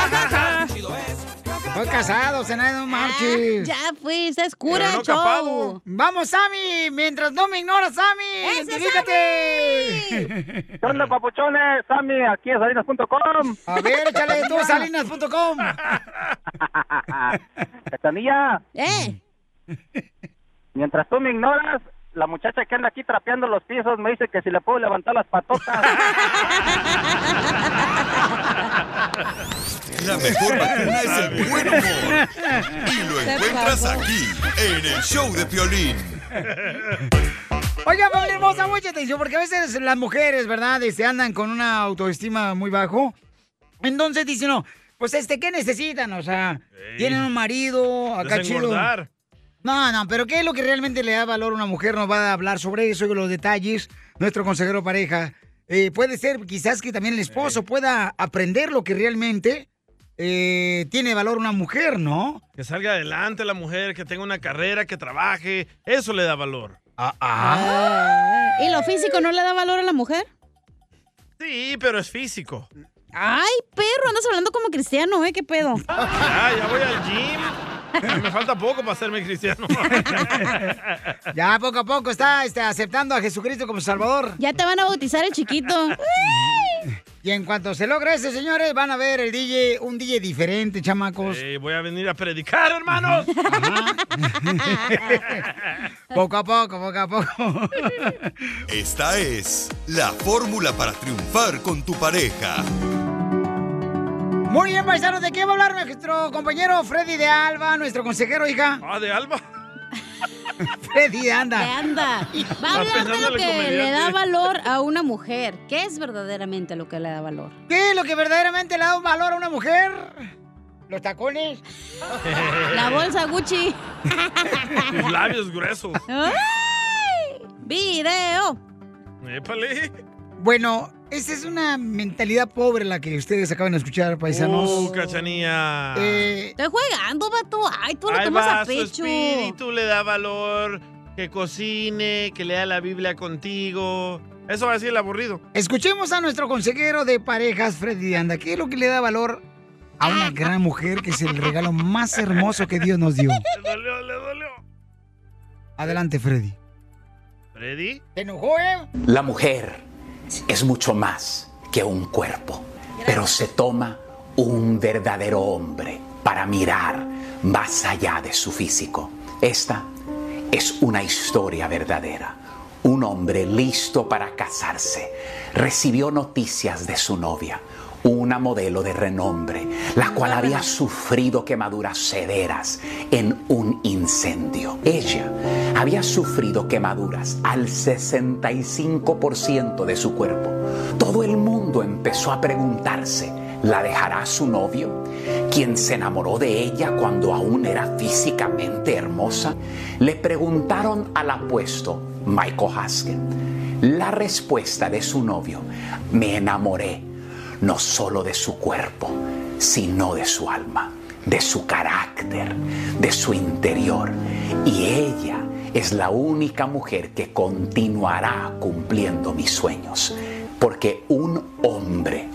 A: Estoy casado, Zenaida, no marches.
C: Ah, ya fuiste, es cura, show.
A: Vamos, Sammy, mientras no me ignoras, Sammy. ¡Identifícate!
P: ¿Qué onda, papuchones? Sammy, aquí en salinas.com.
A: A ver, échale tú, salinas.com.
P: Catanilla.
Q: Eh.
P: Mientras tú me ignoras, la muchacha que anda aquí trapeando los pisos me dice que si le puedo levantar las patotas.
J: La mejor vacuna es el buen humor. Y lo
A: Se
J: encuentras
A: pasó.
J: aquí, en el show de Piolín.
A: Oiga, Pablo Hermosa, mucha atención, porque a veces las mujeres, ¿verdad? Este, andan con una autoestima muy bajo. Entonces dicen, no, pues este, ¿qué necesitan? O sea,
B: Ey.
A: tienen un marido, acá chido.
B: Desengordar.
A: No, no, pero ¿qué es lo que realmente le da valor a una mujer? Nos va a hablar sobre eso y los detalles. Nuestro consejero pareja. Eh, puede ser quizás que también el esposo pueda aprender lo que realmente eh, tiene valor una mujer, ¿no?
B: Que salga adelante la mujer, que tenga una carrera, que trabaje. Eso le da valor.
C: ah. ¿Y lo físico no le da valor a la mujer?
B: Sí, pero es físico.
C: Ay, perro, andas hablando como cristiano, ¿eh? ¿Qué pedo?
B: Ya, ya voy al gym. Me falta poco para hacerme cristiano.
A: Ya poco a poco está este, aceptando a Jesucristo como Salvador.
C: Ya te van a bautizar el chiquito.
A: Y en cuanto se logre ese, señores, van a ver el DJ, un DJ diferente, chamacos.
B: Eh, voy a venir a predicar, hermanos.
A: Poco a poco, poco a poco.
J: Esta es la fórmula para triunfar con tu pareja.
A: Muy bien, paisanos, ¿de qué va a hablar nuestro compañero Freddy de Alba, nuestro consejero, hija?
B: Ah, de Alba.
A: Freddy de Anda.
C: anda. Va a hablar de lo que le da valor a una mujer. ¿Qué es verdaderamente lo que le da valor?
A: ¿Qué es lo que verdaderamente le da valor a una mujer? Los tacones.
C: La bolsa Gucci.
B: Tus labios gruesos.
C: ¡Ay! ¡Video!
B: Épale.
A: Bueno, esa es una mentalidad pobre la que ustedes acaban de escuchar, paisanos.
B: Uh, cachanía.
A: Eh,
C: Estoy jugando, vato. Ay, tú lo
B: Ahí
C: tomas
B: va,
C: a
B: su
C: pecho.
B: espíritu le da valor, que cocine, que lea la Biblia contigo. Eso va a decir el aburrido.
A: Escuchemos a nuestro consejero de parejas, Freddy de Anda. ¿Qué es lo que le da valor a una gran mujer que es el regalo más hermoso que Dios nos dio?
B: Le dolió, le dolió.
A: Adelante, Freddy.
B: ¿Freddy?
A: ¿Te enojó, eh?
R: La mujer es mucho más que un cuerpo, pero se toma un verdadero hombre para mirar más allá de su físico. Esta es una historia verdadera. Un hombre listo para casarse recibió noticias de su novia, una modelo de renombre, la cual había sufrido quemaduras severas en un incendio. Ella había sufrido quemaduras al 65% de su cuerpo. Todo el mundo empezó a preguntarse, ¿la dejará su novio? Quien se enamoró de ella cuando aún era físicamente hermosa. Le preguntaron al apuesto Michael Haskell. La respuesta de su novio, me enamoré no solo de su cuerpo, sino de su alma. de su carácter, de su interior. Y ella es la única mujer que continuará cumpliendo mis sueños, porque un hombre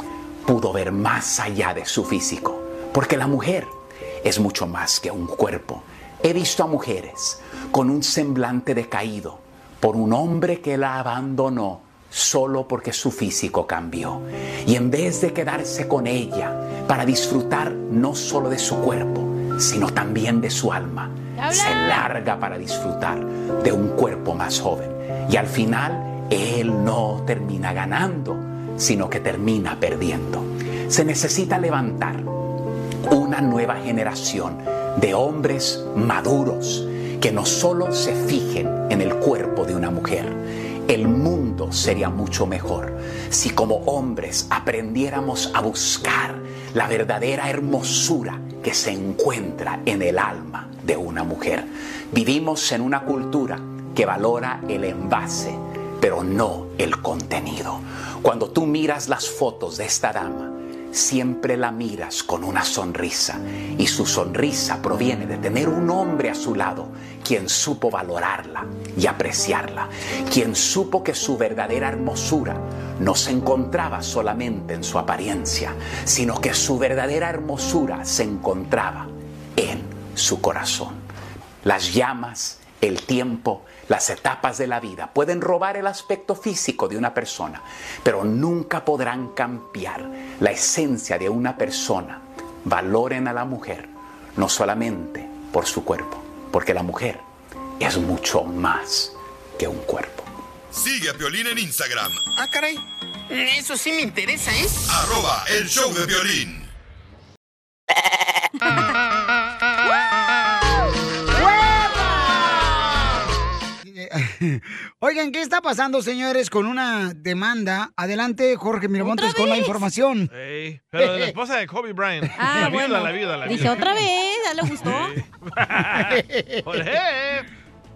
R: pudo ver más allá de su físico, porque la mujer es mucho más que un cuerpo. He visto a mujeres con un semblante decaído por un hombre que la abandonó solo porque su físico cambió. Y en vez de quedarse con ella para disfrutar no solo de su cuerpo, sino también de su alma, se larga para disfrutar de un cuerpo más joven. Y al final, él no termina ganando, sino que termina perdiendo. Se necesita levantar una nueva generación de hombres maduros que no solo se fijen en el cuerpo de una mujer. El mundo sería mucho mejor si como hombres aprendiéramos a buscar la verdadera hermosura que se encuentra en el alma de una mujer. Vivimos en una cultura que valora el envase, pero no el contenido. Cuando tú miras las fotos de esta dama, siempre la miras con una sonrisa y su sonrisa proviene de tener un hombre a su lado quien supo valorarla y apreciarla, quien supo que su verdadera hermosura no se encontraba solamente en su apariencia, sino que su verdadera hermosura se encontraba en su corazón. Las llamas, el tiempo, las etapas de la vida pueden robar el aspecto físico de una persona, pero nunca podrán cambiar la esencia de una persona. Valoren a la mujer, no solamente por su cuerpo, porque la mujer es mucho más que un cuerpo.
J: Sigue a Violín en Instagram.
S: Ah, caray. Eso sí me interesa, ¿eh?
J: Arroba el show de violín.
A: eh? Oigan, ¿qué está pasando, señores, con una demanda? Adelante, Jorge Miramontes, con la
B: vez?
A: información.
B: Ey, pero de la esposa de Kobe Bryant.
A: Ah,
B: la viuda,
A: bueno.
B: la viuda, la viuda.
A: Dije,
C: ¿Otra vez? ¿Ya le gustó?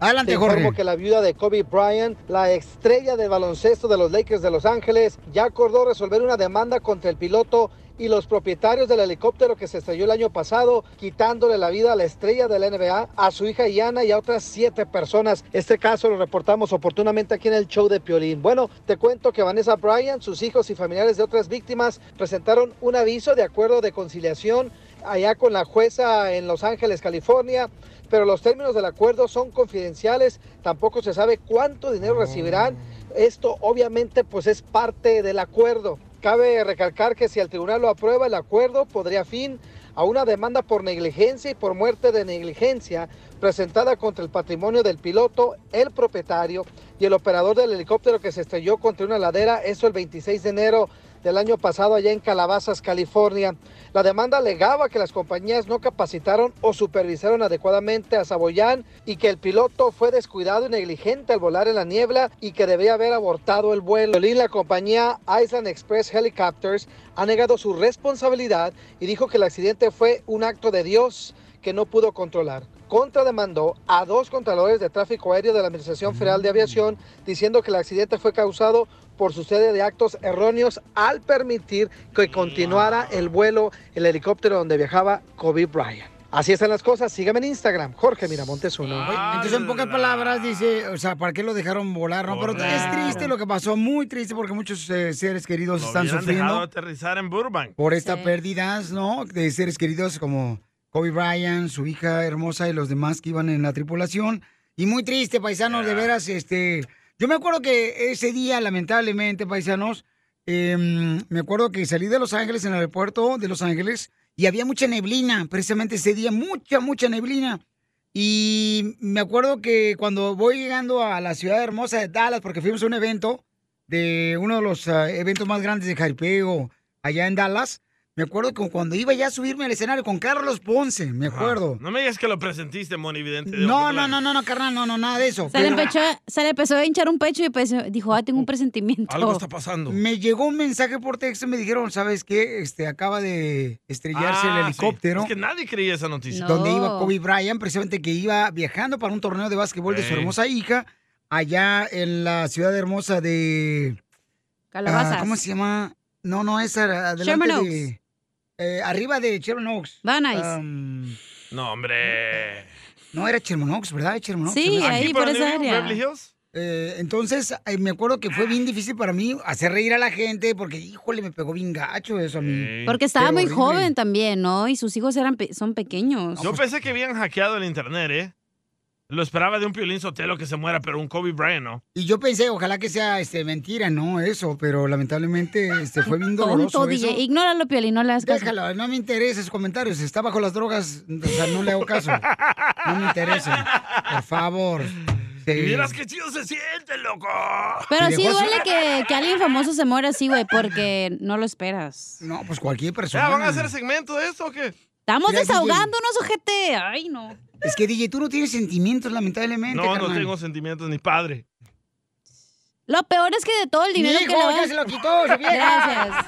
A: Adelante,
D: Te
A: Jorge.
D: informo que la viuda de Kobe Bryant, la estrella del baloncesto de los Lakers de Los Ángeles, ya acordó resolver una demanda contra el piloto y los propietarios del helicóptero que se estrelló el año pasado, quitándole la vida a la estrella de la NBA, a su hija Iana y a otras siete personas. Este caso lo reportamos oportunamente aquí en el show de Piolín. Bueno, te cuento que Vanessa Bryant, sus hijos y familiares de otras víctimas presentaron un aviso de acuerdo de conciliación allá con la jueza en Los Ángeles, California, pero los términos del acuerdo son confidenciales, tampoco se sabe cuánto dinero recibirán. Esto obviamente pues es parte del acuerdo. Cabe recalcar que si el tribunal lo aprueba, el acuerdo podría fin a una demanda por negligencia y por muerte de negligencia presentada contra el patrimonio del piloto, el propietario y el operador del helicóptero que se estrelló contra una ladera, eso el 26 de enero del año pasado allá en Calabazas, California. La demanda alegaba que las compañías no capacitaron o supervisaron adecuadamente a Saboyán y que el piloto fue descuidado y negligente al volar en la niebla y que debía haber abortado el vuelo. La compañía Island Express Helicopters ha negado su responsabilidad y dijo que el accidente fue un acto de Dios que no pudo controlar. Contrademandó a dos controladores de tráfico aéreo de la Administración Federal de Aviación diciendo que el accidente fue causado por su serie de actos erróneos al permitir que continuara el vuelo el helicóptero donde viajaba Kobe Bryant. Así están las cosas. Sígame en Instagram, Jorge Miramontes uno.
A: Entonces, en pocas palabras, dice, o sea, ¿para qué lo dejaron volar? No, pero es triste lo que pasó, muy triste porque muchos eh, seres queridos
B: Lo
A: están
B: hubieran dejado
A: sufriendo
B: aterrizar en Burbank.
A: por estas pérdidas, ¿no? De seres queridos como Kobe Bryant, su hija hermosa y los demás que iban en la tripulación. Y muy triste, paisanos, de veras, este... Yo me acuerdo que ese día, lamentablemente, paisanos, eh, me acuerdo que salí de Los Ángeles, en el aeropuerto de Los Ángeles, y había mucha neblina, precisamente ese día, mucha, mucha neblina. Y me acuerdo que cuando voy llegando a la ciudad hermosa de Dallas, porque fuimos a un evento, de uno de los ah, eventos más grandes de jaripeo allá en Dallas, me acuerdo que cuando iba ya a subirme al escenario con Carlos Ponce, me acuerdo.
B: No me digas que lo presentiste, Moni Vidente. de
A: No, no,
B: Ocotlán.
A: no, no, no, carnal, no, no, nada de eso.
C: Se le,
A: Pero
C: empezó, se le empezó a hinchar un pecho y pues, dijo, ah, tengo un presentimiento.
B: pasando.
A: Me llegó un mensaje por texto y me dijeron, ¿sabes qué? Este, acaba de estrellarse
B: Ah,
A: el
B: sí.
A: helicóptero.
B: Es que nadie creía esa noticia.
A: donde iba Kobe Bryant, precisamente que iba viajando para un torneo de básquetbol de su
B: Ey.
A: hermosa hija, allá en la ciudad hermosa de... ah,
C: Calabazas.
A: ¿Cómo se llama? No, no, esa era adelante
C: Sherman
A: de... eh, arriba de Sherman Oaks.
C: Van Nuys.
B: No, hombre.
A: No, era Sherman Oaks, ¿verdad? Sherman Oaks.
C: Sí,
A: Sherman-
C: ahí, ¿Aquí por por esa donde vivo, área. Beverly Hills?
A: Eh, entonces, eh, me acuerdo que fue bien difícil para mí hacer reír a la gente porque, híjole, me pegó bien gacho eso a mí.
C: Porque estaba
A: Pero
C: muy
A: horrible.
C: joven también, ¿no? Y sus hijos eran pe- son pequeños.
A: pues.
B: Yo pensé que habían hackeado el internet, ¿eh? Lo esperaba de un Piolín Sotelo que se muera, pero un Kobe Bryant, ¿no?
A: Y yo pensé, ojalá que sea este, mentira, ¿no? Eso, pero lamentablemente este, fue bien doloroso
C: Tonto,
A: eso.
C: DJ. Ignóralo, Piolín, no le hagas caso.
A: Déjalo, no me interesa esos comentarios. Está bajo las drogas, o sea, no le hago caso. No me interesa. Por favor. Sí.
B: Y vieras qué chido se siente, loco.
C: Pero
A: Y
C: sí
A: dejó su-
C: duele que, que alguien famoso se muera así, güey, porque no lo esperas.
A: No, pues cualquier persona.
B: Ya, ¿van a hacer segmento de esto o qué?
C: Estamos
A: Mira, DJ.
C: desahogándonos, ojete. Ay, no.
A: Es que, DJ, tú no tienes sentimientos, lamentablemente.
B: No, no
A: carnal.
B: tengo sentimientos ni padre.
C: Lo peor es que de todo el
A: Mi
C: dinero que
A: hijo
C: le
A: ya
C: van-
A: se lo quitó, su vieja.
C: Gracias.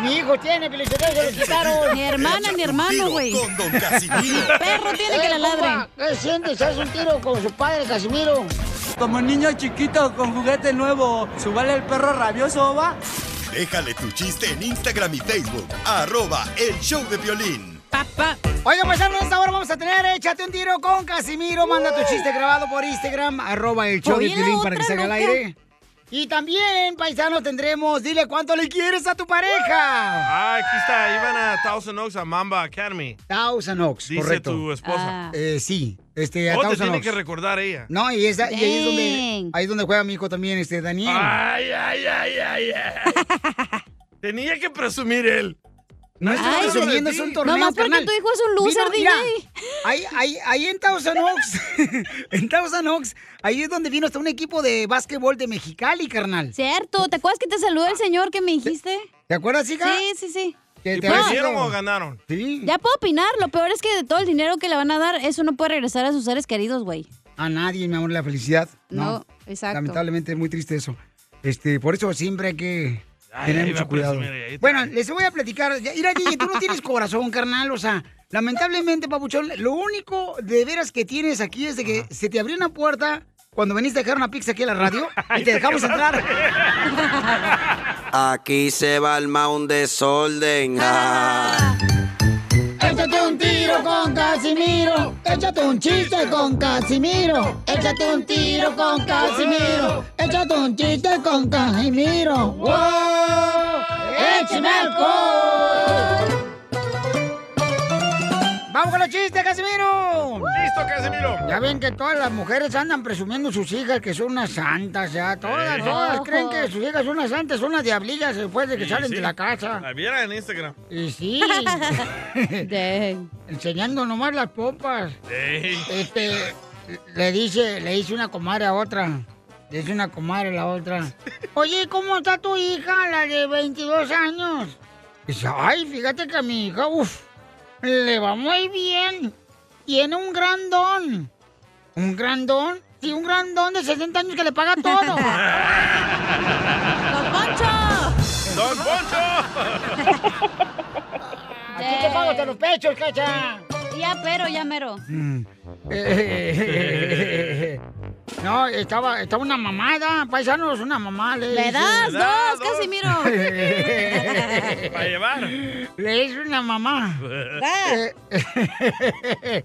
A: Mi hijo tiene, pero se lo quitaron.
C: Mi hermana, mi hermano, güey.
J: Con Don Casimiro.
C: perro tiene que la ladre.
G: ¿Qué sientes? ¿Haz un tiro con su padre, Casimiro?
T: Como niño chiquito con juguete nuevo, subale el perro rabioso, va.
J: Déjale tu chiste en Instagram y Facebook. Arroba el show de violín.
A: Oiga, pues a esta hora vamos a tener Échate un tiro con Casimiro. Manda tu chiste grabado por Instagram, arroba el show de
G: Oye, la
A: Pilín para
G: otra,
A: que salga al
G: loca.
A: aire. Y también, paisano, tendremos Dile cuánto le quieres a tu pareja.
B: Ah, aquí está. Iban a Thousand Oaks a Mamba Academy.
A: Thousand Oaks,
B: Dice
A: correcto.
B: tu esposa.
A: Eh, sí, este, a
B: Oh, te
A: Thousand
B: tiene
A: Oaks.
B: que recordar ella.
A: No, y, esa, y ahí, es donde,
B: Dang.
A: ahí es donde juega mi hijo también, este, Daniel.
B: Ay, ay, ay, ay, ay. Tenía que presumir él. No
A: estoy
B: estoy
A: presumiendo, es un torneo,
C: Nomás porque
A: carnal.
C: tu hijo es un loser,
A: Vino,
C: DJ.
A: mira, ahí, ahí, ahí en Thousand Oaks, en Thousand Oaks, ahí es donde vino hasta un equipo de básquetbol de Mexicali, carnal.
C: Cierto, ¿te acuerdas que te saludó el señor que me dijiste?
A: ¿Te acuerdas, hija?
C: Sí, sí, sí.
A: Que
B: ¿Y
A: te había
B: perdieron
A: sido-
B: o ganaron?
A: Sí.
C: Ya puedo opinar, lo peor es que de todo el dinero que le van a dar, eso no puede regresar a sus seres queridos, güey.
A: A nadie, mi amor, la felicidad. No,
C: No, exacto.
A: lamentablemente es muy triste eso. Este, por eso siempre hay que
B: Ay,
A: tener
B: ahí va pues,
A: mucho
B: a
A: cuidado.
B: presumir, ahí está.
A: Bueno, les voy a platicar. Ya, Mira, DJ, tú no tienes corazón, carnal. O sea, lamentablemente, papuchón, lo único de veras que tienes aquí es de que se te abrió una puerta cuando veniste a dejar una pizza aquí a la radio y te dejamos entrar.
U: Aquí se va a armar un desorden. Ah.
G: Échate un tiro con Casimiro. Échate un chiste con Casimiro. Échate un tiro con Casimiro. Échate un chiste con Casimiro. ¡Wow! ¡Échame alcohol!
A: ¡Vamos con los chistes, Casimiro!
B: ¡Listo, Casimiro!
A: Ya ven que todas las mujeres andan presumiendo sus hijas que son unas santas, ya. Todas,
B: Eh.
A: todas
B: Ojo.
A: creen que sus hijas son unas santas, son unas diablillas después de que
B: Y
A: salen
B: sí.
A: de la casa.
B: La viera en Instagram.
A: Y sí. Enseñando nomás las pompas.
B: Ey.
A: Este, le dice, le dice una comadre a otra. Le dice una comadre a la otra. Oye, ¿cómo está tu hija, la de 22 años? Dice, ay, fíjate que a mi hija, uff, le va muy bien. Tiene un gran don. ¿Un gran don? Sí, un gran don de 60 años que le paga todo.
M: ¡Don
A: Poncho!
B: ¡Don Poncho!
A: Aquí te pago hasta los pechos, cacha.
C: Ya, pero, ya mero.
A: No, estaba, estaba una mamada, paisanos, una mamá. Le
C: Le
A: dice-
C: das Le das dos, dos. Casimiro.
B: Para llevar.
A: Le hizo una mamá. Eh, eh,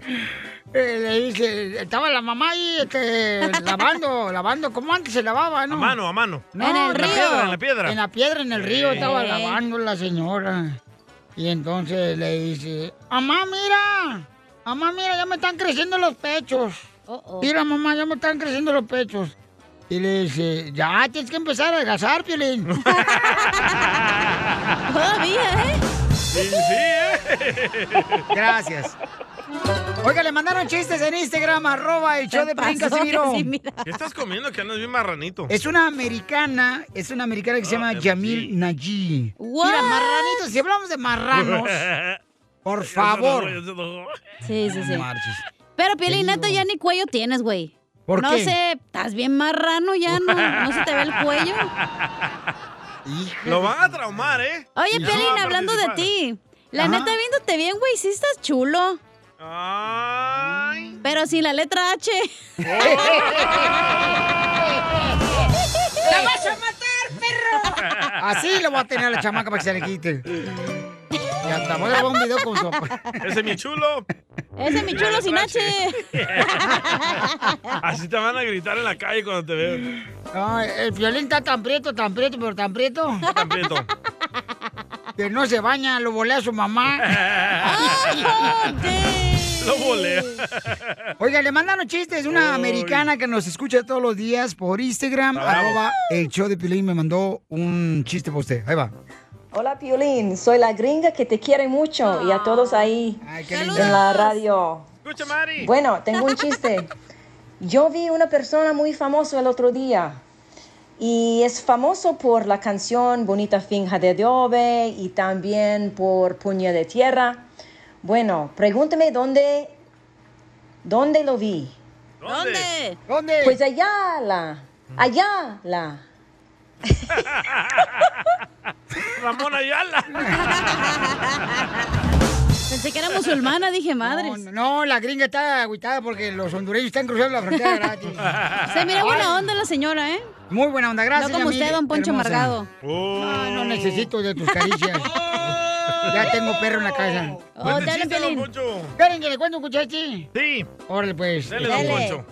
A: le dice, estaba la mamá ahí este, lavando, lavando, como antes se lavaba, ¿no?
B: A mano, a mano.
A: No,
B: en la piedra, en la piedra.
A: En la piedra, en el río,
B: Sí.
A: estaba lavando la señora. Y entonces le dice, mamá, mira, mamá, mira, ya me están creciendo los pechos. Mira, mamá, ya me están creciendo los pechos. Y le dice, ya, tienes que empezar a adelgazar, Piolín.
C: Todavía, ¿eh?
B: Sí, sí, ¿eh?
A: Gracias. Oiga, le mandaron chistes en Instagram, arroba el show de Piolín Casimiro.
B: ¿Qué estás comiendo? Que andas bien marranito.
A: Es una americana, es una americana
B: Ah,
A: que se llama Yamil Nayi. Mira, marranitos, si hablamos de marranos, por favor.
C: Sí, sí, sí.
A: No marches.
C: Pero, Piolín, neta, ya ni cuello tienes, güey.
A: ¿Por
C: no
A: qué?
C: sé, estás bien marrano ya, no, no se te ve el cuello.
B: Lo van a traumar, ¿eh?
C: Oye,
B: No
C: Piolín,
B: va a
C: hablando de
B: participar.
C: ti. La
B: Ajá.
C: neta, viéndote bien, güey, sí estás chulo. Pero sin la letra H.
A: Así lo voy a tener a la chamaca para que se le quite. Te voy a grabar un video con su papá.
B: Ese es mi chulo.
C: Ese es mi chulo sin H.
B: Así te van a gritar en la calle cuando te veo.
A: Ay, el violín está tan prieto, tan prieto, pero tan prieto.
B: Tan prieto.
A: Que no se baña, lo volea a su mamá.
B: Lo volea.
A: Oiga, le mandaron chistes. Una americana que nos escucha todos los días por Instagram,
B: Ah,
A: arroba el show de Piolín, me mandó un chiste para usted. Ahí va.
V: Hola Piolín, soy la gringa que te quiere mucho y a todos
B: Ah.
V: ahí en la radio.
B: Escucha, Mari.
V: Bueno, tengo un chiste. Yo vi una persona muy famosa el otro día y es famoso por la canción Bonita Finja de Adobe y también por Puño de Tierra. Bueno, pregúnteme dónde, dónde lo vi.
C: ¿Dónde?
A: ¿Dónde?
V: Pues allá la, allá la.
B: Ramón Ayala.
A: Pensé que era musulmana, dije madres. No, no, la gringa está agüitada porque los hondureños están cruzando la frontera gratis.
C: Se mira buena onda la señora, ¿eh?
A: Muy buena onda, gracias.
C: No como usted,
A: Yamile,
C: don Poncho
A: hermosa.
C: Margado.
B: Oh.
A: No, no necesito de tus caricias. ya tengo perro en la casa.
C: Oh, Buen dale, chiste, don Piolín.
A: Esperen que le cuento un cuchachi.
B: Sí.
A: Órale, pues.
B: Dale, don Poncho.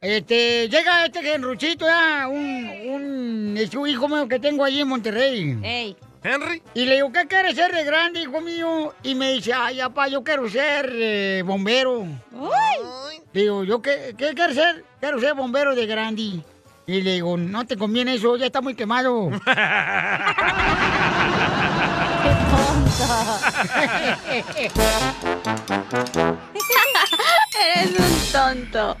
A: Este, llega este genruchito, ya, un, un, es un hijo mío que tengo allí en Monterrey.
B: ¿Henry?
A: Y le digo, ¿qué quieres ser de grande, hijo mío? Y me dice, ay, papá, yo quiero ser eh, bombero. Le digo, ¿yo qué, qué quieres ser? Quiero ser bombero de grande. Y le digo, no te conviene eso, ya está muy quemado.
M: Eres un tonto.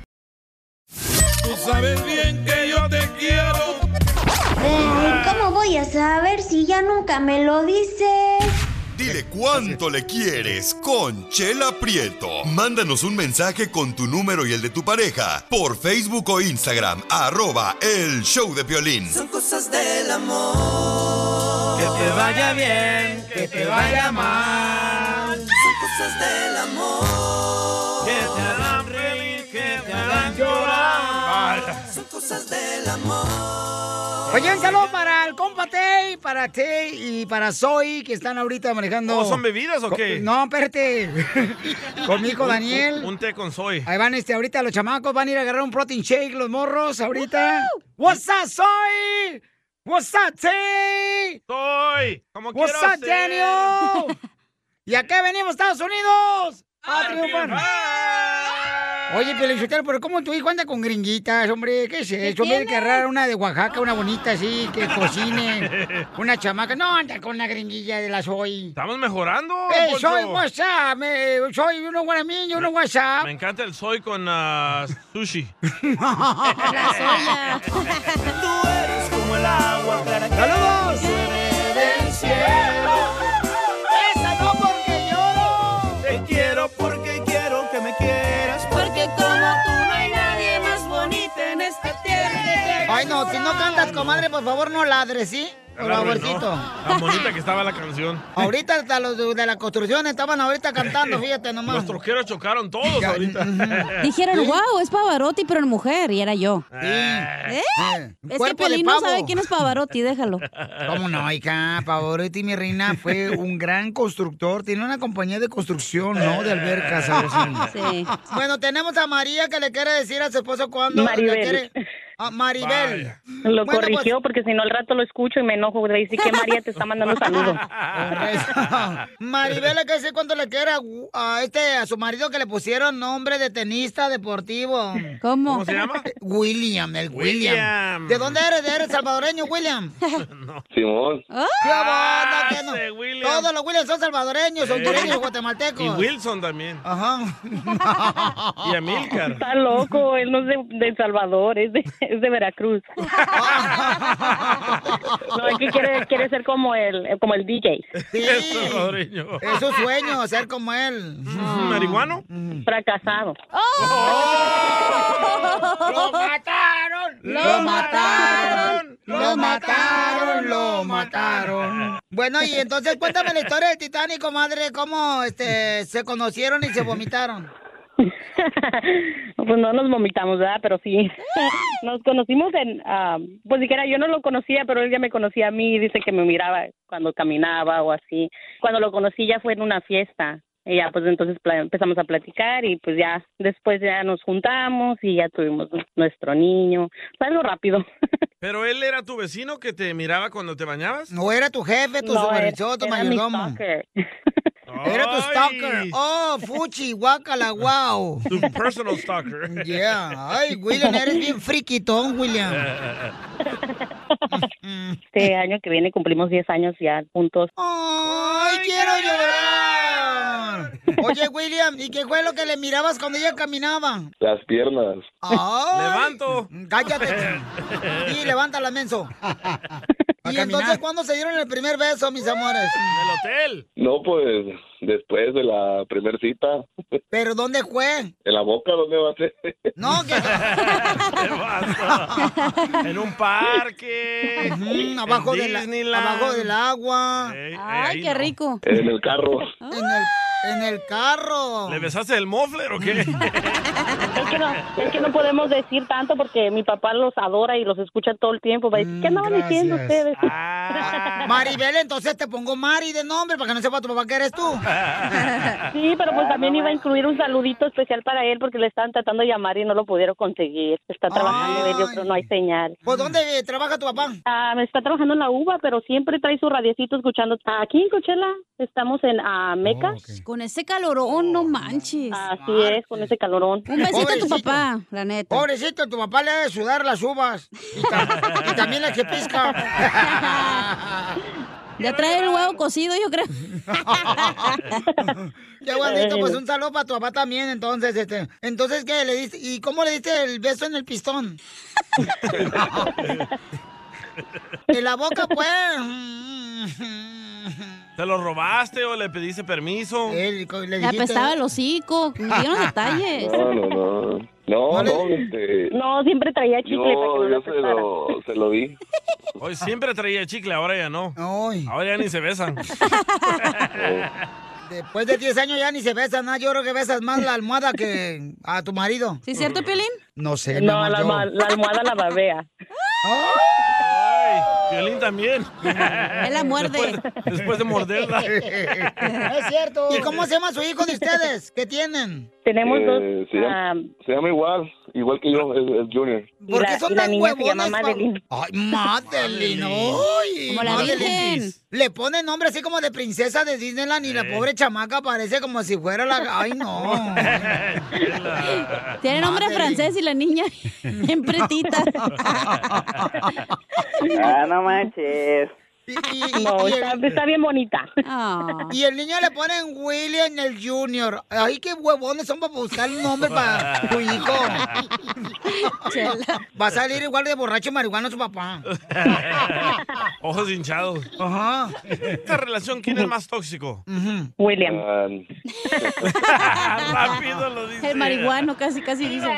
M: Tú sabes bien que yo te quiero.
W: Eh, ¿Cómo voy a saber si ya nunca me lo dices?
J: Dile cuánto le quieres con Chela Prieto. Mándanos un mensaje con tu número y el de tu pareja por Facebook o Instagram, arroba el show de Piolín.
M: Cosas del amor. Que te vaya bien, que te vaya mal. Son cosas del amor. Que te harán reír, que te harán llorar. Son cosas del amor.
A: Oye, un saludo para el compa Tey, para Tey y para Zoe, que están ahorita manejando...
B: Oh, ¿son bebidas o qué?
A: No, espérate. con mi hijo
B: Un-
A: Daniel.
B: Un, un té con soy.
A: Ahí van este, ahorita los chamacos van a ir a agarrar un protein shake, los morros, ahorita. What's up, soy? What's up, Tay?
B: Soy. Como
A: What's
B: quiero
A: up,
B: ser.
A: Daniel? ¿Y a qué venimos, Estados Unidos? A triunfar. Oye, Pelichotel, pero ¿cómo tu hijo anda con gringuitas, hombre? ¿Qué es eso? Hombre,
G: tiene?
A: que rara, una de Oaxaca, una bonita así, que cocine, una chamaca. No, anda con una gringuilla de las hoy.
B: Estamos mejorando.
A: Eh,
B: Poncho.
A: soy WhatsApp, eh, soy uno guarameño, uno WhatsApp.
B: Me encanta el soy con ah, sushi.
M: Tú eres como el agua clara que
A: ¡Saludos!
M: llueve del cielo.
A: ¡Esa no porque lloro!
M: Te quiero porque quiero que me quieras. Porque como tú no hay nadie más bonita en esta tierra.
A: Ay, no, si no cantas, comadre, por favor, no ladres, ¿sí? Por
B: La arruinó.
A: favorcito.
B: Tan Ah, bonita que estaba la canción.
A: Ahorita hasta los de de la construcción estaban ahorita cantando, fíjate nomás.
B: Los troqueros chocaron todos ahorita.
C: Dijeron,
A: Sí.
C: wow, es Pavarotti, pero en mujer, y era yo.
B: Eh.
C: ¿Eh? Es que
A: Cuerpo de
C: Pelín no
A: pavo.
C: sabe quién es Pavarotti, déjalo.
A: ¿Cómo no, hija? Pavarotti, mi reina, fue un gran constructor. Tiene una compañía de construcción, ¿no? De albercas. algo así.
C: Sí.
A: Bueno, tenemos a María que le quiere decir a su esposo cuando...
Q: Maribel.
A: Ah, Maribel.
Q: Lo
A: Bueno,
Q: corrigió
A: pues-
Q: porque si no al rato lo escucho y me enojo. de Dice que María te está mandando saludos.
A: Maribel, que sé cuánto le quiere a, a este a su marido que le pusieron nombre de tenista deportivo.
C: ¿Cómo? ¿Cómo se llama?
A: William, el William.
Q: William.
A: ¿De dónde eres? ¿Eres salvadoreño, William?
X: Simón.
Q: ¡Ah!
A: ¿Qué onda, qué no?
B: Ese William.
A: Todos los Williams son salvadoreños,
B: Eh.
A: hondureños, guatemaltecos.
B: Y Wilson también.
A: Ajá.
B: Y Amílcar.
Q: Está loco, él no es de, de El Salvador, es de, es de Veracruz. No, es que quiere, quiere ser como el, como el DJ.
B: Es salvadoreño.
A: Es su sueño, ser como él.
B: ¿Marihuano?
Q: Fracasado.
A: Oh, ¡Lo mataron! ¡Lo mataron! ¡Lo mataron! ¡Lo mataron! Bueno, y entonces cuéntame la historia del Titanic, madre. ¿Cómo este, se conocieron y se vomitaron?
Q: Pues no nos vomitamos, ¿verdad? Pero sí. Nos conocimos en. ah, pues siquiera yo no lo conocía, pero él ya me conocía a mí. Dice que me miraba cuando caminaba o así. Cuando lo conocí ya fue en una fiesta. Y ya, pues entonces pla- empezamos a platicar y pues ya después ya nos juntamos y ya tuvimos nuestro niño. Fue algo rápido.
B: ¿Pero él era tu vecino que te miraba cuando te bañabas?
A: No era tu jefe, tu
B: No,
A: supervisor, tu
B: era- era mi
A: mayordomo. Era tu stalker. Oh, fuchi, guacala, wow.
B: Tu personal stalker.
A: Yeah. Ay, William, eres bien friquitón, William.
Q: Este año que viene cumplimos 10 años ya juntos.
A: ¡Ay, quiero llorar! Oye, William, ¿y qué fue lo que le mirabas cuando ella caminaba?
E: Las piernas.
A: ¡Levanto! Mm, ¡Cállate! Y levántala, menso. ¿Y entonces cuándo se dieron el primer beso, mis amores? En
B: el hotel.
E: No, pues después de la primer cita,
A: ¿Pero dónde fue?
E: en la boca, ¿dónde va a ser?
A: No, que...
B: En un parque.
A: mm, abajo,
B: en
A: de la-
B: Disneyland.
A: abajo del agua.
B: Ay, ahí qué no.
A: rico!
E: En el carro.
A: En el, en el carro.
B: ¿Le besaste el mofler o qué?
Q: Es que, no, es que no podemos decir tanto porque mi papá los adora y los escucha todo el tiempo. Va a
A: Mm,
Q: decir, ¿Qué andaban diciendo ustedes?
A: Maribel, entonces te pongo Mari de nombre para que no sepa tu papá que eres tú.
Q: Sí, pero pues también iba a incluir un saludito especial para él porque le estaban tratando de llamar y no lo pudieron conseguir. Está trabajando él, yo creo no hay señal.
A: ¿Pues dónde trabaja tu papá?
Q: Ah, está trabajando en la UVA, pero siempre trae su radiecito escuchando. Aquí en Coachella estamos en ah, Meca.
A: Oh,
C: Con ese calorón,
B: Oh.
C: no manches.
Q: Así es, con ese calorón.
C: Un besito a tu
A: Pobrecito.
C: papá, la neta.
A: Pobrecito, tu papá le ha de sudar las uvas. Y, ta- y también las que pisca.
C: Ya trae el huevo cocido, yo creo.
A: Qué bonito, pues un saludo para tu papá también, entonces, este. Entonces, ¿qué le diste? ¿Y cómo le diste el beso en el pistón? en la boca, pues.
B: ¿Te lo robaste o le pediste permiso?
C: Le apestaba el hocico. Me dieron detalles.
E: No, no, no. No, no, este,
Q: No, siempre traía chicle para que no
E: yo, yo
Q: lo
E: se, lo, se lo di.
B: Hoy siempre traía chicle, ahora ya no. Ahora ya ni se besan.
A: Después de 10 años ya ni se besan, ¿no? Yo creo que besas más la almohada que a tu marido.
C: ¿Sí es cierto, Piolín?
A: No sé, mi
Q: Eh, No,
A: amor,
Q: la,
A: yo-
Q: alma- la almohada la babea.
B: Ay, Violín también.
Q: Él la muerde.
B: Después, después de morderla.
A: Es cierto. ¿Y cómo se llama su hijo de ustedes? ¿Qué tienen?
Q: Tenemos
E: Eh,
Q: dos. ah.
E: se, llama, se llama igual, igual que yo, el, el Junior.
A: ¿Por qué son tan huevones? pa- Ay,
E: Madeline.
A: Madeline, uy,
C: Como la
A: Madeline.
C: Virgen.
A: Le ponen nombre así como de princesa de Disneyland y la
Q: Eh.
A: pobre chamaca parece como si fuera la... Ay, no.
Q: Ah,
C: Tiene nombre francés y la niña bien pretita.
Q: Ah, no manches. No,
A: y
Q: está,
A: el-
Q: está bien bonita.
C: Ah.
A: Y el niño le ponen William el Junior. Ay, qué huevones son para buscar un nombre para tu hijo. Va a salir igual de borracho y marihuana su papá.
B: Ojos hinchados.
A: Ajá.
B: Esta relación, ¿quién es más tóxico?
Q: William.
B: Rápido lo dice.
C: El marihuano casi, casi dice.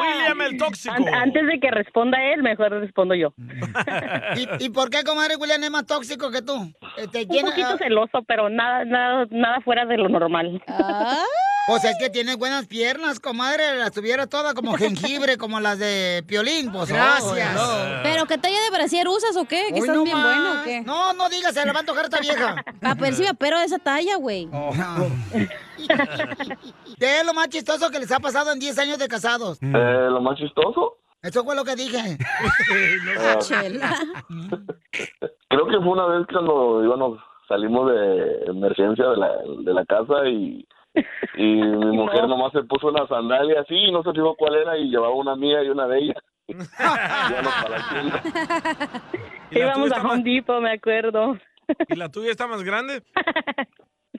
B: William el tóxico.
Q: An- antes de que responda él, mejor respondo yo.
A: ¿Y, y por qué, comadre, William es más tóxico que tú? Este,
Q: Un poquito celoso, pero nada, nada, nada fuera de lo normal.
C: Ah.
A: O sea, pues es que tienes buenas piernas, comadre. Las tuviera todas como jengibre, como las de Piolín. Pues
C: No,
A: gracias.
C: no. ¿Pero qué talla de brasier usas o qué? ¿Que
A: Hoy
C: estás
A: no
C: bien
A: más.
C: bueno o qué?
A: No, no digas, se la va a antojar esta vieja.
C: A ver si me apero de esa talla, güey. Oh,
A: ¿Qué es lo más chistoso que les ha pasado en 10 años de casados?
E: Eh, lo más chistoso,
A: Eso fue lo que dije.
E: Ah. creo que fue una vez cuando íbamos, salimos de emergencia de la, de la casa y, y mi mujer nomás se puso una sandalia así y no se fijó cuál era y llevaba una mía y una de ellas. Íbamos para la tienda.
Q: Íbamos a Home Depot, me acuerdo.
B: ¿Y la tuya está más grande?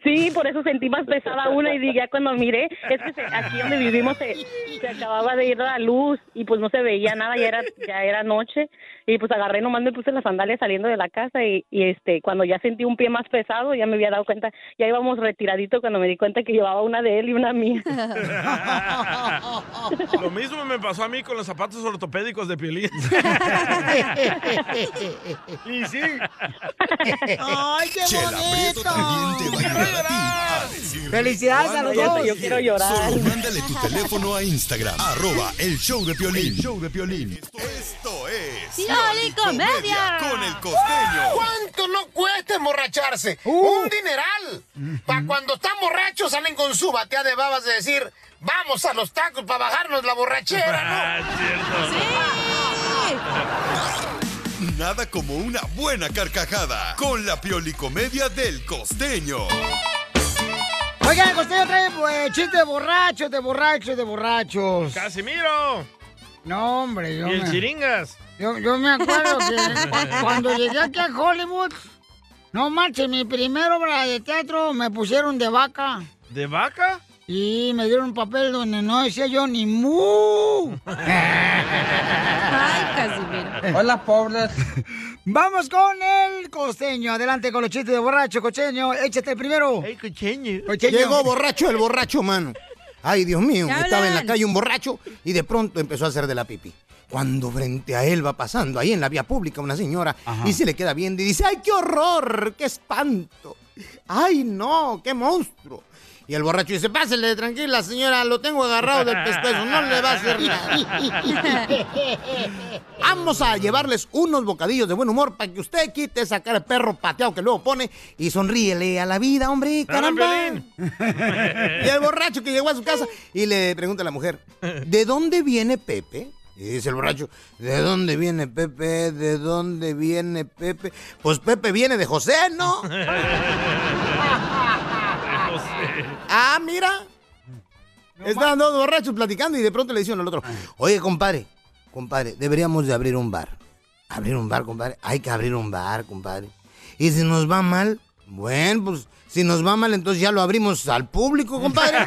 Q: Sí, por eso sentí más pesada una y di- ya cuando miré, es que se- aquí donde vivimos se, se acababa de ir la luz y pues no se veía nada, ya era, ya era noche y pues agarré nomás me puse las sandalias saliendo de la casa y, y, este cuando ya sentí un pie más pesado ya me había dado cuenta, ya íbamos retiradito cuando me di cuenta que llevaba una de él y una mía.
B: Lo mismo me pasó a mí con los zapatos ortopédicos de Piolín.
A: y sí. ¡Ay, qué
J: Chela Prieto también te va a ayudar a ti a decir-
A: Felicidades a los
J: cuándo
A: dos.
J: lo quieres. Solo mándale tu teléfono a Instagram, arroba el show de Piolín. El show de Piolín. Esto es...
F: Pioli Comedia.
J: Con el costeño.
L: ¿Cuánto no cuesta emborracharse?
A: Uh.
L: Un dineral. Para cuando están borrachos salen con su batea de babas de decir, vamos a los tacos para bajarnos la borrachera,
J: Ah,
L: ¿no?
J: Nada como una buena carcajada con la piolicomedia del costeño.
A: Oigan, el costeño trae pues, chiste de borrachos, de borrachos, de borrachos.
B: ¡Casimiro!
A: No, hombre, yo.
B: Y el
A: me-
B: chiringas.
A: Yo, yo me acuerdo que cu- cuando llegué aquí a Hollywood, no marche, mi primera obra de teatro me pusieron de vaca.
B: ¿De vaca?
A: Y me dieron un papel donde no decía yo ni mu.
F: Ay,
A: Casimiro. Hola, pobres. Vamos con el costeño. Adelante con los chistes de borracho, costeño. Échate el primero. El costeño.
L: Llegó borracho el borracho, mano. Ay, Dios mío,
A: ¿Qué
L: estaba en la
A: hablan?
L: calle un borracho y de pronto empezó a hacer de la pipi. Cuando frente a él va pasando ahí en la vía pública una señora y se le queda viendo y dice, ¡ay, qué horror! ¡Qué espanto! ¡Ay, no! ¡Qué monstruo! Y el borracho dice, pásele tranquila, señora, lo tengo agarrado del pescuezo, no le va a hacer nada. Vamos a llevarles unos bocadillos de buen humor para que usted quite esa cara de perro pateado que luego pone y sonríele a la vida, hombre, caramba. Y el borracho que llegó a su casa y le pregunta a la mujer, ¿de dónde viene Pepe? Y dice el borracho, ¿de dónde viene Pepe? ¿De dónde viene Pepe? Pues Pepe viene de José, ¿no? Ah, mira. Estaban dos borrachos platicando y de pronto le dicen al otro, oye, compadre, compadre, deberíamos de abrir un bar. Abrir un bar, compadre. Hay que abrir un bar, compadre. Y si nos va mal, bueno, pues si nos va mal, entonces ya lo abrimos al público, compadre.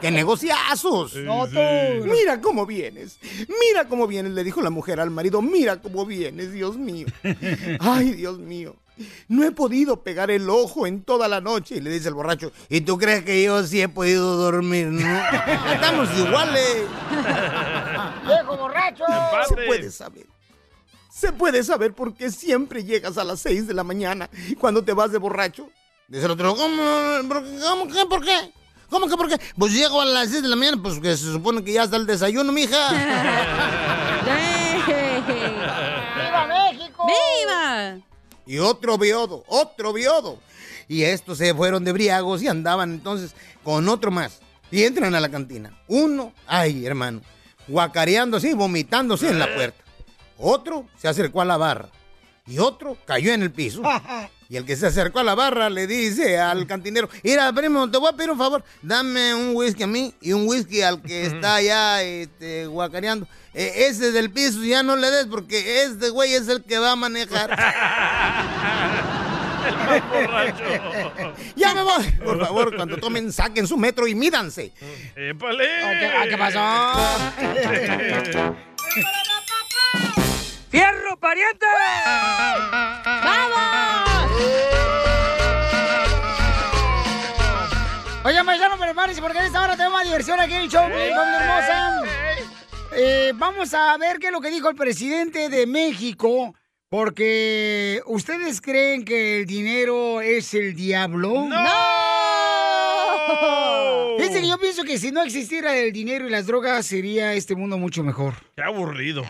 L: ¡Qué negociazos!
F: No, tú.
L: Mira cómo vienes. Mira cómo vienes, le dijo la mujer al marido. Mira cómo vienes, Dios mío. Ay, Dios mío. No he podido pegar el ojo en toda la noche. Y le dice el borracho, ¿y tú crees que yo sí he podido dormir? no? Estamos iguales.
A: ¡Viejo borracho!
L: Se puede saber. Se puede saber por qué siempre llegas a las 6 de la mañana cuando te vas de borracho. Dice el otro, ¿cómo? ¿Por qué? ¿Cómo que por qué? ¿Cómo que por qué? Pues llego a las 6 de la mañana, pues que se supone que ya está el desayuno, mija.
F: ¡Viva México! ¡Viva!
L: y otro biodo, otro biodo. Y estos se fueron de briagos y andaban entonces con otro más. Y entran a la cantina. Uno, ay hermano, guacareándose y vomitándose en la puerta. Otro se acercó a la barra. Y otro cayó en el piso. Y el que se acercó a la barra le dice al cantinero, mira, primo, te voy a pedir un favor, dame un whisky a mí y un whisky al que está allá este, guacareando. Eh, ese del piso ya no le des porque este güey es el que va a manejar. ya me voy. Por favor, cuando tomen, saquen su metro y mídanse.
B: ¡Épale!
L: ah, ¿qué pasó?
A: ¡Fierro, pariente! Oigan, paisanos, prepárense porque en esta hora tenemos más diversión aquí en el show,
F: ¡Ey!
A: familia hermosa. Eh, vamos a ver qué es lo que dijo el presidente de México, porque ¿ustedes creen que el dinero es el diablo? ¡No! Fíjense que yo pienso que si no existiera el dinero y las drogas, sería este mundo mucho mejor.
B: ¡Qué aburrido!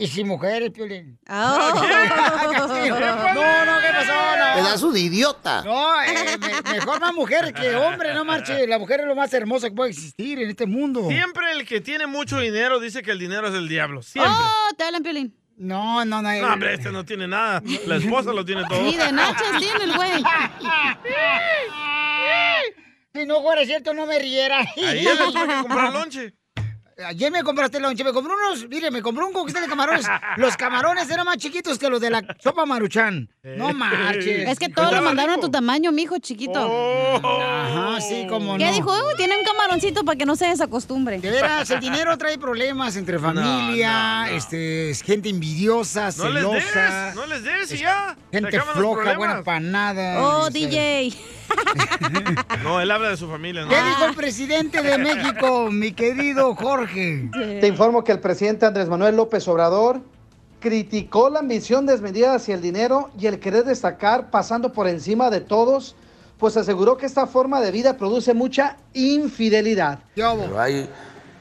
A: Y sin mujeres, Piolín.
F: ¿Qué?
A: no, no, ¿qué pasó? No.
L: Pedazo de idiota.
A: No, eh, me- mejor más mujer que hombre, no marche. La mujer es lo más hermoso que puede existir en este mundo.
B: Siempre el que tiene mucho dinero dice que el dinero es el diablo. Siempre.
C: ¡Oh, te hablan, Piolín!
A: No, no, eh. no.
B: No, hombre, este no tiene nada. La esposa lo tiene todo.
C: Ni de nachas tiene el güey.
A: Si no fuera cierto, no me riera.
B: Ayer le tuve que comprar lonche.
A: Ayer me compraste lonche. Me compró unos, mire, me compró un cóctel de camarones. Los camarones eran más chiquitos que los de la sopa maruchan.
B: Eh.
A: No marches.
C: Es que todos lo mandaron a tu tamaño, mijo, chiquito.
B: Oh.
A: Ajá, sí, como no.
C: ¿Qué dijo? "Uh, tiene un camaroncito para que no se desacostumbre.
A: De veras, el dinero trae problemas entre familia, este, es gente envidiosa,
B: No les
A: celosa.
B: des, no les des y ya. Se
A: Gente
B: acaban los
A: floja,
B: problemas.
A: buena para nada.
C: Oh,
A: no sé.
C: DJ.
B: No, él habla de su familia, ¿no?
A: ¿Qué dijo el presidente de México, mi querido Jorge?
D: Te informo que el presidente Andrés Manuel López Obrador criticó la ambición desmedida hacia el dinero y el querer destacar pasando por encima de todos, pues aseguró que esta forma de vida produce mucha infidelidad.
I: Pero hay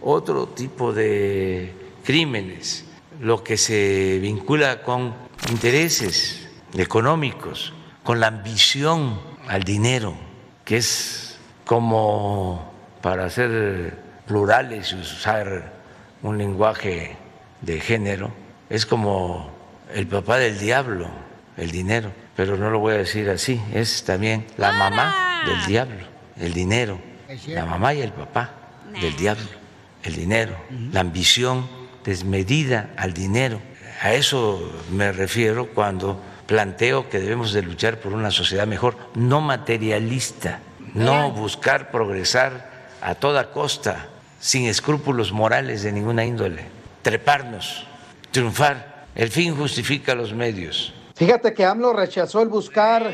I: otro tipo de crímenes, lo que se vincula con intereses económicos, con la ambición al dinero, que es como para ser plurales y usar un lenguaje de género, es como el papá del diablo, el dinero, pero no lo voy a decir así, es también la mamá del diablo, el dinero, la mamá y el papá del diablo, el dinero, la ambición desmedida al dinero. A eso me refiero cuando planteo que debemos de luchar por una sociedad mejor, no materialista, no buscar progresar a toda costa, sin escrúpulos morales de ninguna índole, treparnos, triunfar. El fin justifica los medios.
D: Fíjate que AMLO rechazó el buscar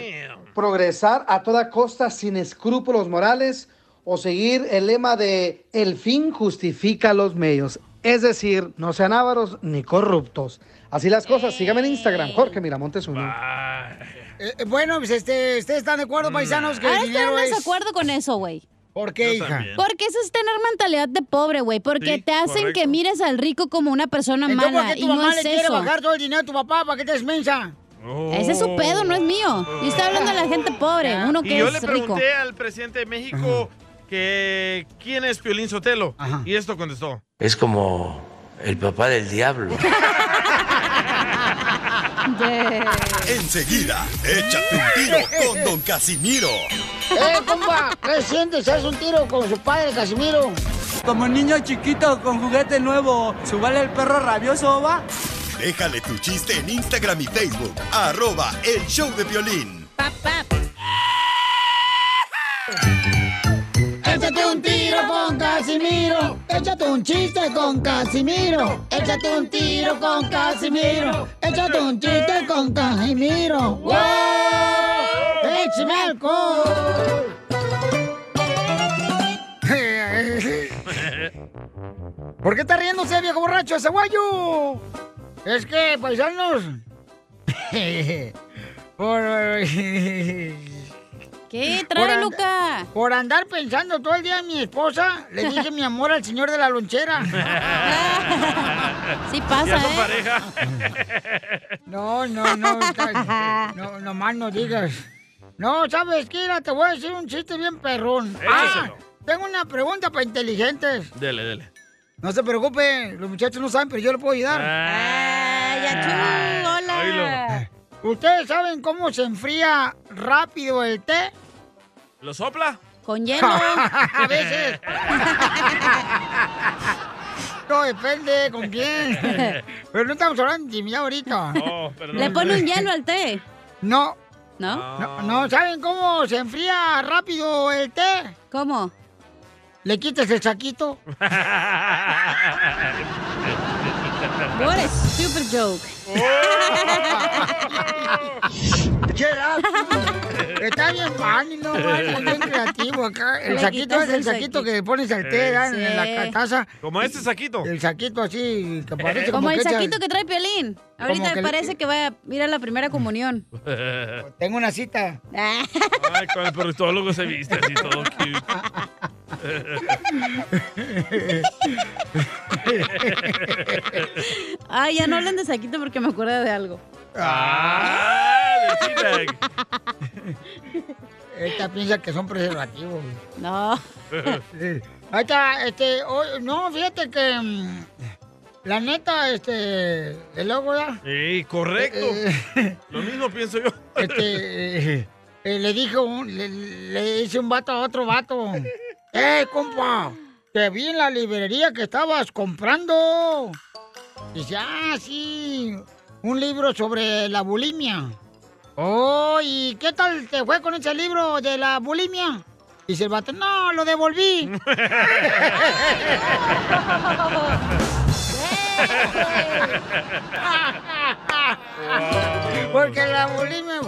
D: progresar a toda costa sin escrúpulos morales o seguir el lema de el fin justifica los medios. Es decir, no sean ávaros ni corruptos. Así las cosas. Sígame en Instagram, Jorge Miramontes uno.
A: Eh, eh, bueno, pues este, ustedes están de
B: Mm,
C: Mm.
A: acuerdo, paisanos, que
C: Ahora Ah,
A: el
C: estoy en
A: dinero es.
C: desacuerdo con eso, güey.
A: ¿Por qué, hija?
C: Porque eso es tener mentalidad de pobre, güey. Porque
A: Sí,
C: te hacen
A: correcto.
C: que mires al rico como una persona
A: Entonces, ¿por
C: mala.
A: qué
C: Y
A: tu
C: no
A: mamá
C: es
A: le quiere
C: eso.
A: bajar todo el dinero a tu papá? ¿Para qué te desmensa?
B: Oh.
C: Ese es su pedo, no es mío. Yo estoy hablando de la gente pobre, uno
B: y
C: que
B: yo
C: es
B: le
C: rico.
B: pregunté al presidente de México que quién es Piolín Sotelo y esto contestó.
I: Es como el papá del diablo.
J: Enseguida, échate un tiro con Don Casimiro.
G: ¡Eh, compa! ¿Qué sientes? ¿Haz un tiro con su padre, Casimiro?
T: Como niño chiquito con juguete nuevo, ¿subale el perro rabioso, va?
J: Déjale tu chiste en Instagram y Facebook. Arroba el show de violín.
G: Échate un tiro con Casimiro. Échate un chiste con Casimiro. Échate un tiro con Casimiro. Échate un chiste con Casimiro. ¡Wow! ¡Échame alcohol!
A: ¿Por qué está riéndose, viejo borracho, ese guayo? Es que, paisanos. por.
C: ¿Qué trae,
A: and-
C: Luca?
A: Por andar pensando todo el día en mi esposa, le dije mi amor al señor de la lonchera.
C: Sí pasa,
B: ¿Y a su
A: ¿eh?
B: pareja?
A: No, no, no, está- no, nomás no digas. No, ¿sabes qué? Mira, te voy a decir un chiste bien perrón. Ah,
B: Échaselo.
A: tengo una pregunta para inteligentes.
B: dele, dele.
A: No se preocupen, los muchachos no saben, pero yo les puedo ayudar.
B: achú, hola.
A: ¿Ustedes saben cómo se enfría rápido el té?
B: ¿Lo sopla?
C: Con
A: A veces. No, depende con quién. Pero no estamos hablando de intimidad ahorita.
B: Oh, perdón.
C: ¿Le pone un hielo al té?
A: No.
C: ¿No?
A: No, no, ¿saben cómo se enfría rápido el té?
C: ¿Cómo?
A: Le quitas el saquito.
C: What a stupid joke.
A: Gerardo, Está bien funny, no manches, bien creativo acá. El
B: Le
A: saquito
B: quitas
A: es el,
B: el
A: saquito
B: saquito.
A: que pones al
C: Eh,
A: té ¿verdad?
B: Sí.
A: en la taza.
B: ¿Como este saquito?
A: El saquito así, que
B: ¿eh?
A: parece
C: Como el
A: que echa-
C: saquito que trae Piolín. Ahorita
A: que le- eh.
C: parece que va a ir a la primera comunión.
A: Tengo una cita.
B: Ay, con el proctólogo se viste así todo cute.
C: Ay, ya no hablen de saquito porque me acuerdo de algo.
B: ah, de T-Bag.
A: Esta piensa que son preservativos.
C: No.
A: Ahí está, este, hoy- no, fíjate que mm, la neta, este, el logo ya.
B: Sí, correcto. Lo mismo pienso yo.
A: Este, eh, eh, le dijo, un- le, le dice un vato a otro vato. ¡Eh, compa! Te vi en la librería que estabas comprando. Dice, ah, sí, un libro sobre la bulimia. Oh, ¿y qué tal te fue con ese libro de la bulimia? Dice el vato, no, lo devolví. Porque la bulimia...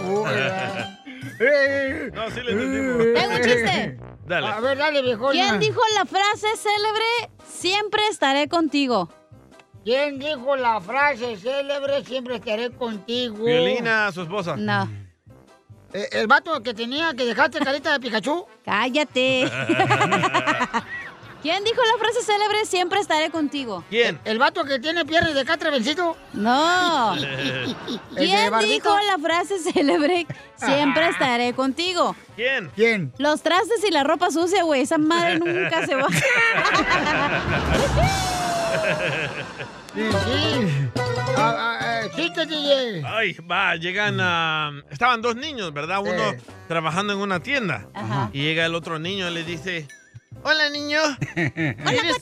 B: No, sí le entendimos.
C: Tengo un chiste.
B: Dale.
A: A ver, dale, viejo.
C: ¿Quién dijo la frase célebre? Siempre estaré contigo.
A: ¿Quién dijo la frase célebre siempre estaré contigo?
B: Violina, su esposa.
C: No.
A: Eh, ¿El vato que tenía que dejaste carita de Pikachu?
C: Cállate. ¿Quién dijo la frase célebre siempre estaré contigo?
B: ¿Quién?
A: ¿El vato que tiene piernas de catre, vencito?
C: No. ¿Quién
A: barbita?
C: dijo la frase célebre siempre estaré contigo?
B: ¿Quién?
A: ¿Quién?
C: Los trastes y la ropa sucia, güey. Esa madre nunca se va.
A: Sí, sí. Ah, ah, eh, chiste, DJ.
B: Ay, va, llegan a... Estaban dos niños, ¿verdad? Uno trabajando en una tienda.
F: Ajá.
B: Y llega el otro niño y le dice...
F: Hola, niño. Hola,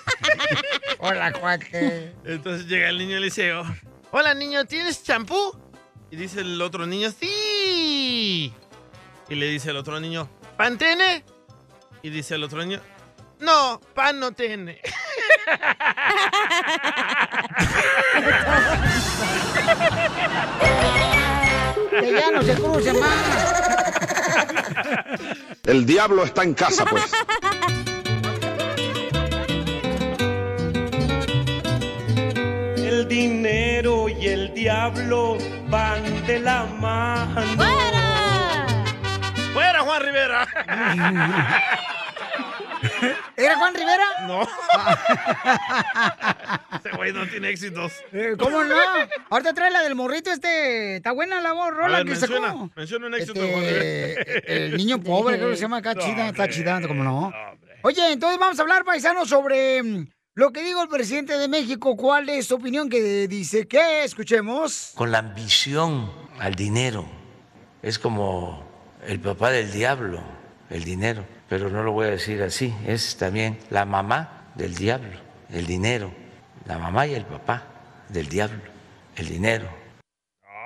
A: Hola, cuate.
B: Entonces llega el niño y le dice... "Oh, Hola, niño, ¿tienes champú? Y dice el otro niño... ¡Sí! Y le dice el otro niño... ¿Pan tiene? Y dice el otro niño... No, pan no tiene.
A: Que ya no se cruce más.
J: El diablo está en casa, pues.
Y: El dinero y el diablo van de la mano. ¡Fuera!
B: ¡Fuera, Juan Rivera!
A: ¿Era Juan Rivera?
B: No. Ese Este güey no tiene éxitos.
A: Eh, ¿Cómo no? Ahorita trae la del morrito este. Está buena la voz,
B: A
A: Rola,
B: ver,
A: que
B: menciona,
A: sacó.
B: menciona un éxito
A: Este, eh,
B: de Juan Rivera.
A: El niño pobre, creo que se llama acá,
B: No,
A: chida, está
B: hombre.
A: chidando, como no. Oye, entonces vamos a hablar, paisanos, sobre mm, lo que dijo el presidente de México. ¿Cuál es su opinión que dice que escuchemos?
I: con la ambición al dinero. Es como el papá del diablo, el dinero. Pero no lo voy a decir así, es también la mamá del diablo, el dinero. La mamá y el papá del diablo, el dinero.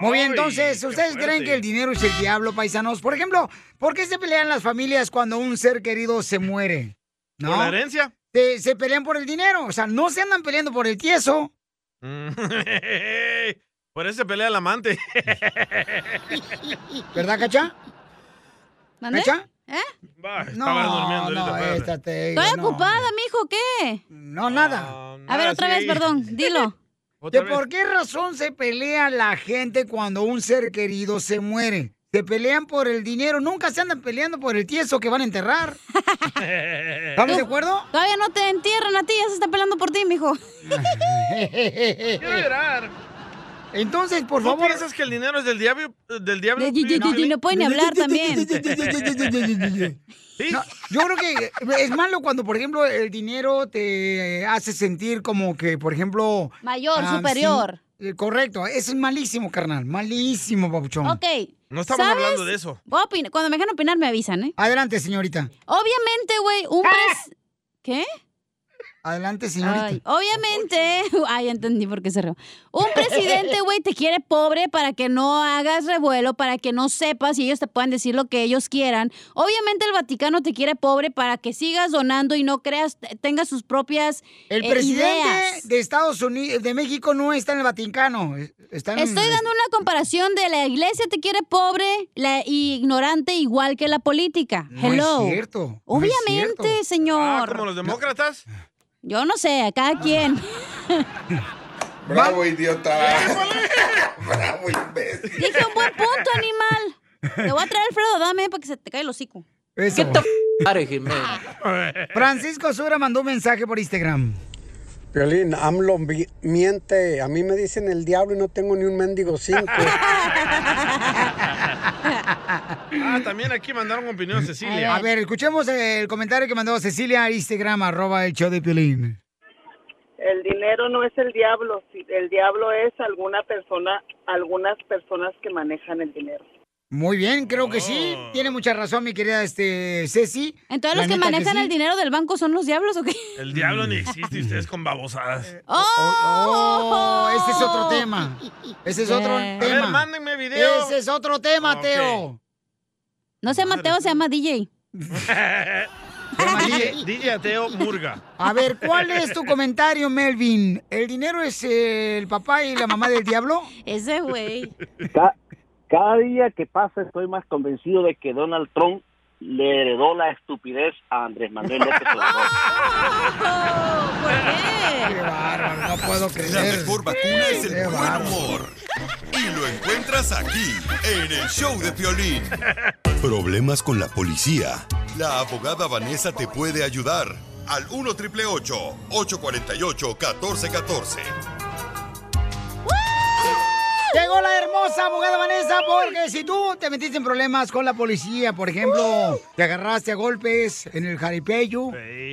A: Muy bien, entonces, ¿ustedes creen que el dinero es el diablo, paisanos? Por ejemplo, ¿por qué se pelean las familias cuando un ser querido se muere? ¿No?
B: ¿Por la herencia?
A: Se, se pelean por el dinero, o sea, no se andan peleando por el tieso.
B: Mm. Por eso se pelea el amante.
A: ¿Verdad, Cacha?
C: ¿Mandé?
A: ¿Cacha?
C: ¿Eh?
B: Va, estaba
A: No,
B: durmiendo
A: no,
B: ahorita,
A: esta te digo,
C: Estoy
A: no.
C: ocupada, mijo, ¿qué?
A: eh, No,
B: Ah,
A: nada.
C: A ver, otra vez, perdón, dilo.
A: ¿De por qué razón se pelea la gente cuando un ser querido se muere? Se pelean por el dinero, nunca se andan peleando por el tieso que van a enterrar. ¿Estamos de acuerdo?
C: Todavía no te entierran a ti, ya se están pelando por ti, mijo.
B: Quiero llorar.
A: Entonces, por
B: favor. piensas que el dinero es del diablo? Del diablo
C: Di- di- di- di- no pueden hablar también.
A: No, yo creo que eh, es malo cuando, por ejemplo, el dinero te hace sentir como que, por ejemplo...
C: Mayor,
A: ah,
C: superior.
A: sí, eh, correcto, eso es malísimo, carnal, malísimo, papuchón.
C: Ok.
B: No estamos
C: ¿Sabes?
B: hablando de eso.
C: Voy a opin- Cuando me dejan opinar, me avisan, ¿eh?
A: Adelante, señorita.
C: Obviamente, güey, un pres... ¿Qué?
A: Adelante, señorita.
C: Ay, obviamente, ay, entendí por qué se rió. Un presidente, güey, te quiere pobre para que no hagas revuelo, para que no sepas y ellos te puedan decir lo que ellos quieran. Obviamente el Vaticano te quiere pobre para que sigas donando y no creas, tengas sus propias
A: El
C: eh,
A: presidente
C: ideas.
A: de Estados Unidos, de México, no está en el Vaticano. eh, Está en-
C: Estoy dando una comparación de la iglesia te quiere pobre la, y ignorante igual que la política.
A: No es
C: Hello.
A: cierto, no es
C: Obviamente,
A: cierto.
C: señor.
B: Ah, ¿Como los demócratas?
C: Yo no sé, a cada quien.
R: Bravo, idiota. Bravo, imbécil.
C: Dije un buen punto, animal. Te voy a traer Alfredo, dame para que se te caiga el hocico.
A: Eso.
R: Jimena.
A: Francisco Sura mandó un mensaje por Instagram.
D: Violín, AMLO mi- miente. A mí me dicen el diablo y no tengo ni un mendigo cinco.
B: Ah, también aquí mandaron opinión, Cecilia.
A: A ver, escuchemos el comentario que mandó Cecilia a Instagram, arroba el show de Piolín.
L: El dinero no es el diablo, si- el diablo es alguna persona, algunas personas que manejan el dinero.
A: Muy bien, creo que sí. Tiene mucha razón, mi querida este, Ceci.
C: Entonces
A: La
C: los que
A: neta
C: manejan
A: sí.
C: el dinero del banco son los diablos o qué?
B: El diablo ni existe y ustedes con babosadas.
A: Eh,
C: ¡Oh!
A: Oh, ese es otro tema. Ese es otro
C: Eh.
B: A ver,
A: tema.
B: mándenme video.
A: Ese es otro tema,
B: Ok.
A: Teo.
C: No se llama Mateo, se llama DJ.
B: DJ, DJ Ateo Murga.
A: A ver, ¿cuál es tu comentario, Melvin? ¿El dinero es eh, el papá y la mamá del diablo?
C: Ese güey.
L: Ca- Cada día que pasa estoy más convencido de que Donald Trump le heredó la estupidez a Andrés Manuel López Obrador.
C: ¿Por qué?
A: bárbaro, Ah, no puedo
J: La
A: creer.
J: mejor vacuna es el buen humor. Y lo encuentras aquí, en el show de Piolín.
K: Problemas con la policía.
J: La abogada Vanessa te puede ayudar al 1 triple 848 1414.
A: Llegó la hermosa abogada Vanessa, porque si tú te metiste en problemas con la policía, por ejemplo, te agarraste a golpes en el jaripeyo,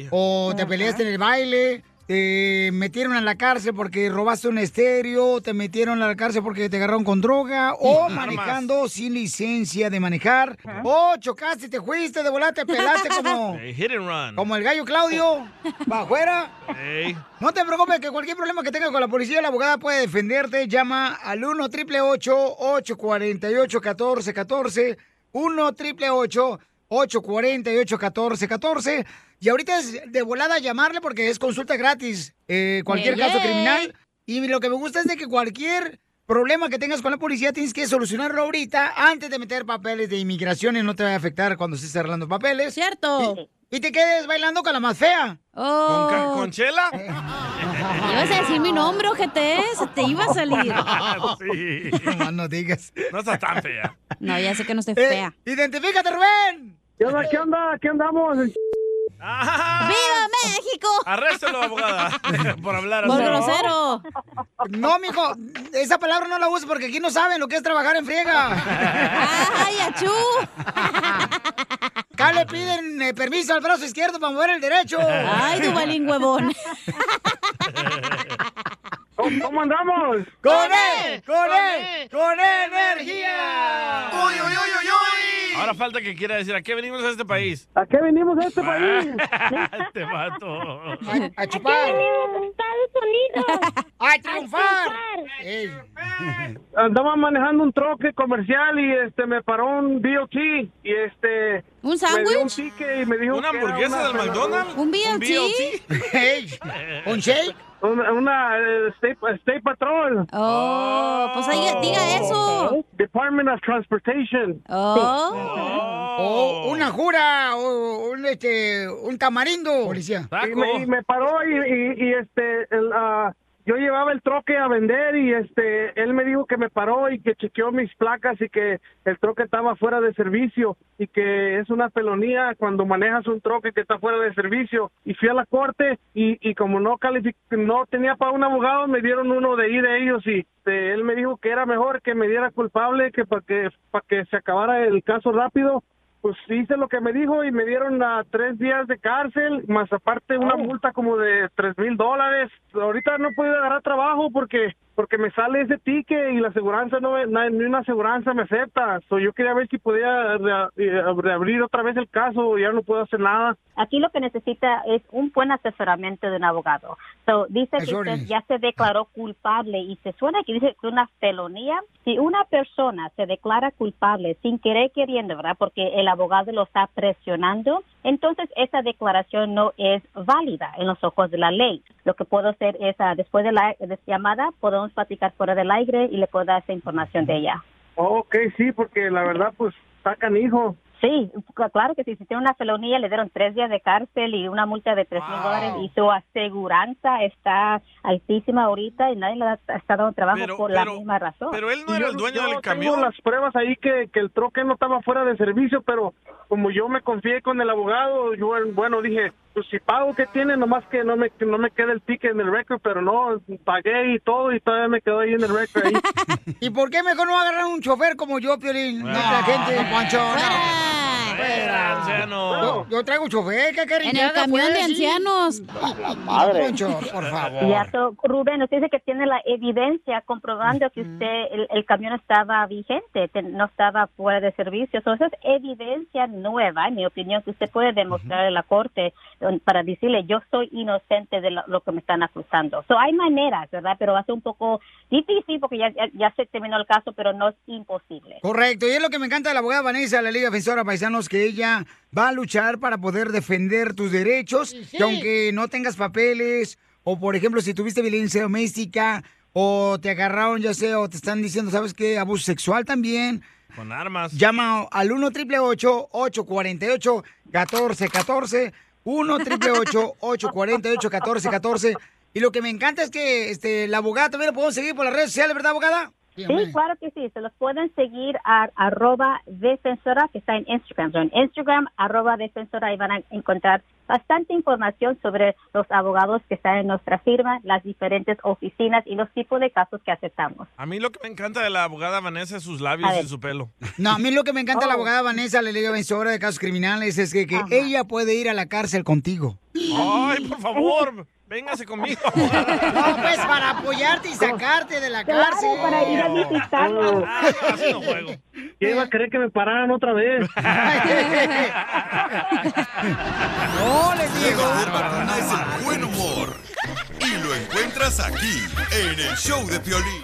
A: o te peleaste en el baile, te metieron a la cárcel porque robaste un estéreo, te metieron a la cárcel porque te agarraron con droga, o
G: Armas.
A: manejando sin licencia de manejar, o chocaste, te fuiste, de volar, te pelaste como,
B: Hey, hit and run.
A: como el gallo Claudio, para afuera.
B: Hey.
A: No te preocupes, que cualquier problema que tengas con la policía, la abogada puede defenderte. Llama al 1 888 848 1414 1 888 848 1414 Y ahorita es de volada llamarle porque es consulta gratis. eh, cualquier
G: Yay,
A: caso
G: yay.
A: criminal. Y lo que me gusta es de que cualquier problema que tengas con la policía tienes que solucionarlo ahorita antes de meter papeles de inmigración y no te va a afectar cuando estés arreglando papeles. Cierto. Y, y te quedes bailando con la más fea. Eh,
B: ¿Con, Ca- con Chela?
C: Ibas a decir mi nombre, ojete, se te iba a salir.
B: sí.
A: No, no digas.
B: No estás tan fea.
C: No, ya sé que no estoy fea.
A: Eh, ¡Identifícate, Rubén!
O: ¿Qué onda? ¿Qué onda? ¿Qué andamos?
C: ¡Viva México!
B: Arréstalo, abogada, por hablar así.
A: No, mijo, esa palabra no la uses porque aquí no saben lo que es trabajar en friega. ¡Ay, achú! Acá le piden eh, permiso al brazo izquierdo para mover el derecho.
C: Ay, Dubalín huevón.
O: ¿Cómo, cómo andamos?
A: ¡Con él! ¡Con él! ¡Con energía!
B: ¡Uy, uy, uy, uy, uy! Ahora falta que quiera decir, ¿a qué venimos a este país? Ah,
O: ¿A qué venimos a este
B: país? este vato.
A: ¡A chupar!
O: Estados Unidos.
A: ¡A triunfar! Ey.
O: Andaba manejando un troque comercial y este me paró un DOT y este
C: ¿Un
O: Me dio un
C: sándwich?
O: ticket y me dijo
B: ¿Una
O: que era
B: hamburguesa
O: una
B: del
O: pelada-
B: McDonald's? ¿Un ¿Un BLT?
A: ¿Un shake?
O: Una, una eh, State, State Patrol. Oh.
C: Oh, pues ahí diga eso. Oh.
O: Department of Transportation.
A: Oh. O una jura, o un, este, un tamarindo, policía.
O: Y me, y me paró y, y- y, este, el, ah, yo llevaba el troque a vender y este, él me dijo que me paró y que chequeó mis placas y que el troque estaba fuera de servicio y que es una felonía cuando manejas un troque que está fuera de servicio. Y fui a la corte y, y como no calific- no tenía para un abogado, me dieron uno de ahí de ellos y este, él me dijo que era mejor que me diera culpable que para que, para que se acabara el caso rápido pues hice lo que me dijo y me dieron a tres días de cárcel, más aparte una multa como de tres mil dólares. Ahorita no puedo agarrar trabajo porque porque me sale ese ticket y la aseguranza no, me- na- ni una aseguranza me acepta. So, yo quería ver si podía rea- eh, reabrir otra vez el caso, ya no puedo hacer nada.
P: Aquí lo que necesita es un buen asesoramiento de un abogado. So, dice que Asesores. usted ya se declaró culpable y se suena que dice que una felonía. Si una persona se declara culpable sin querer queriendo, ¿verdad? Porque el abogado lo está presionando, entonces esa declaración no es válida en los ojos de la ley. Lo que puedo hacer es, ah, después de la de esta llamada, podemos platicar fuera del aire y le puedo dar esa información de ella.
O: Ok, sí, porque la verdad pues sacan hijo.
P: Sí, cl- claro que sí. Si tiene una felonía, le dieron tres días de cárcel y una multa de tres mil dólares y su aseguranza está altísima ahorita y nadie le ha, ha dando trabajo por la misma razón.
B: Pero él
O: no era el dueño del camión. Tengo las pruebas ahí que, que el troque no estaba fuera de servicio, pero como yo me confié con el abogado, yo, bueno, dije, pues si pago, ¿qué tiene? Nomás que no me, que no me quede el ticket en el récord, pero no, pagué y todo y todavía me quedó ahí en el récord. ahí.
A: ¿Y por qué mejor no agarrar un chofer como yo, Piolín? No, la gente, don Poncho, no.
B: Fuera, anciano.
A: Yo, yo traigo un chofer, ¿qué querés?
P: En el camión de
A: ancianos.
P: madre.
A: Poncho, por favor.
P: Ya, so, Rubén, usted dice que tiene la evidencia comprobando que usted, el, el camión estaba vigente, que no estaba fuera de servicio. So, esa es evidencia nueva, en mi opinión, que usted puede demostrar en la corte eh, para decirle yo soy inocente de lo, lo que me están acusando. So, hay maneras, ¿verdad? Pero va a ser un poco difícil porque ya, ya, ya se terminó el caso, pero no es imposible.
A: Correcto, y es lo que me encanta de la abogada Vanessa de la Liga Defensora Paisanos, que ella va a luchar para poder defender tus derechos,
G: sí.
A: que aunque no tengas papeles, o por ejemplo, si tuviste violencia doméstica, o te agarraron, ya sea, o te están diciendo, ¿sabes qué? Abuso sexual también.
B: Con armas.
A: Llama al 1 888 848 1414 1 888 848 1414 Y lo que me encanta es que este, la abogada también la podemos seguir por las redes sociales, ¿verdad, abogada?
P: Sí, claro que sí. Se los pueden seguir a arroba defensora que está en Instagram. So, en Instagram, arroba defensora, y van a encontrar bastante información sobre los abogados que están en nuestra firma, las diferentes oficinas y los tipos de casos que aceptamos.
B: A mí lo que me encanta de la abogada Vanessa es sus labios
A: A ver.
B: y su pelo.
A: No, a mí lo que me encanta de la abogada Vanessa, la Liga Vencedora de Casos Criminales, es que, que ella puede ir a la cárcel contigo.
B: Ay, por favor, véngase conmigo.
A: No, pues para apoyarte y sacarte de la cárcel. Ah,
O: para ir a visitarnos.
B: Ah, Así no juego.
O: ¿Quién iba a creer que me pararan otra vez?
A: ¡No, les
J: digo! La mejor vacuna es el buen humor. Y lo encuentras aquí, en el show de Piolín.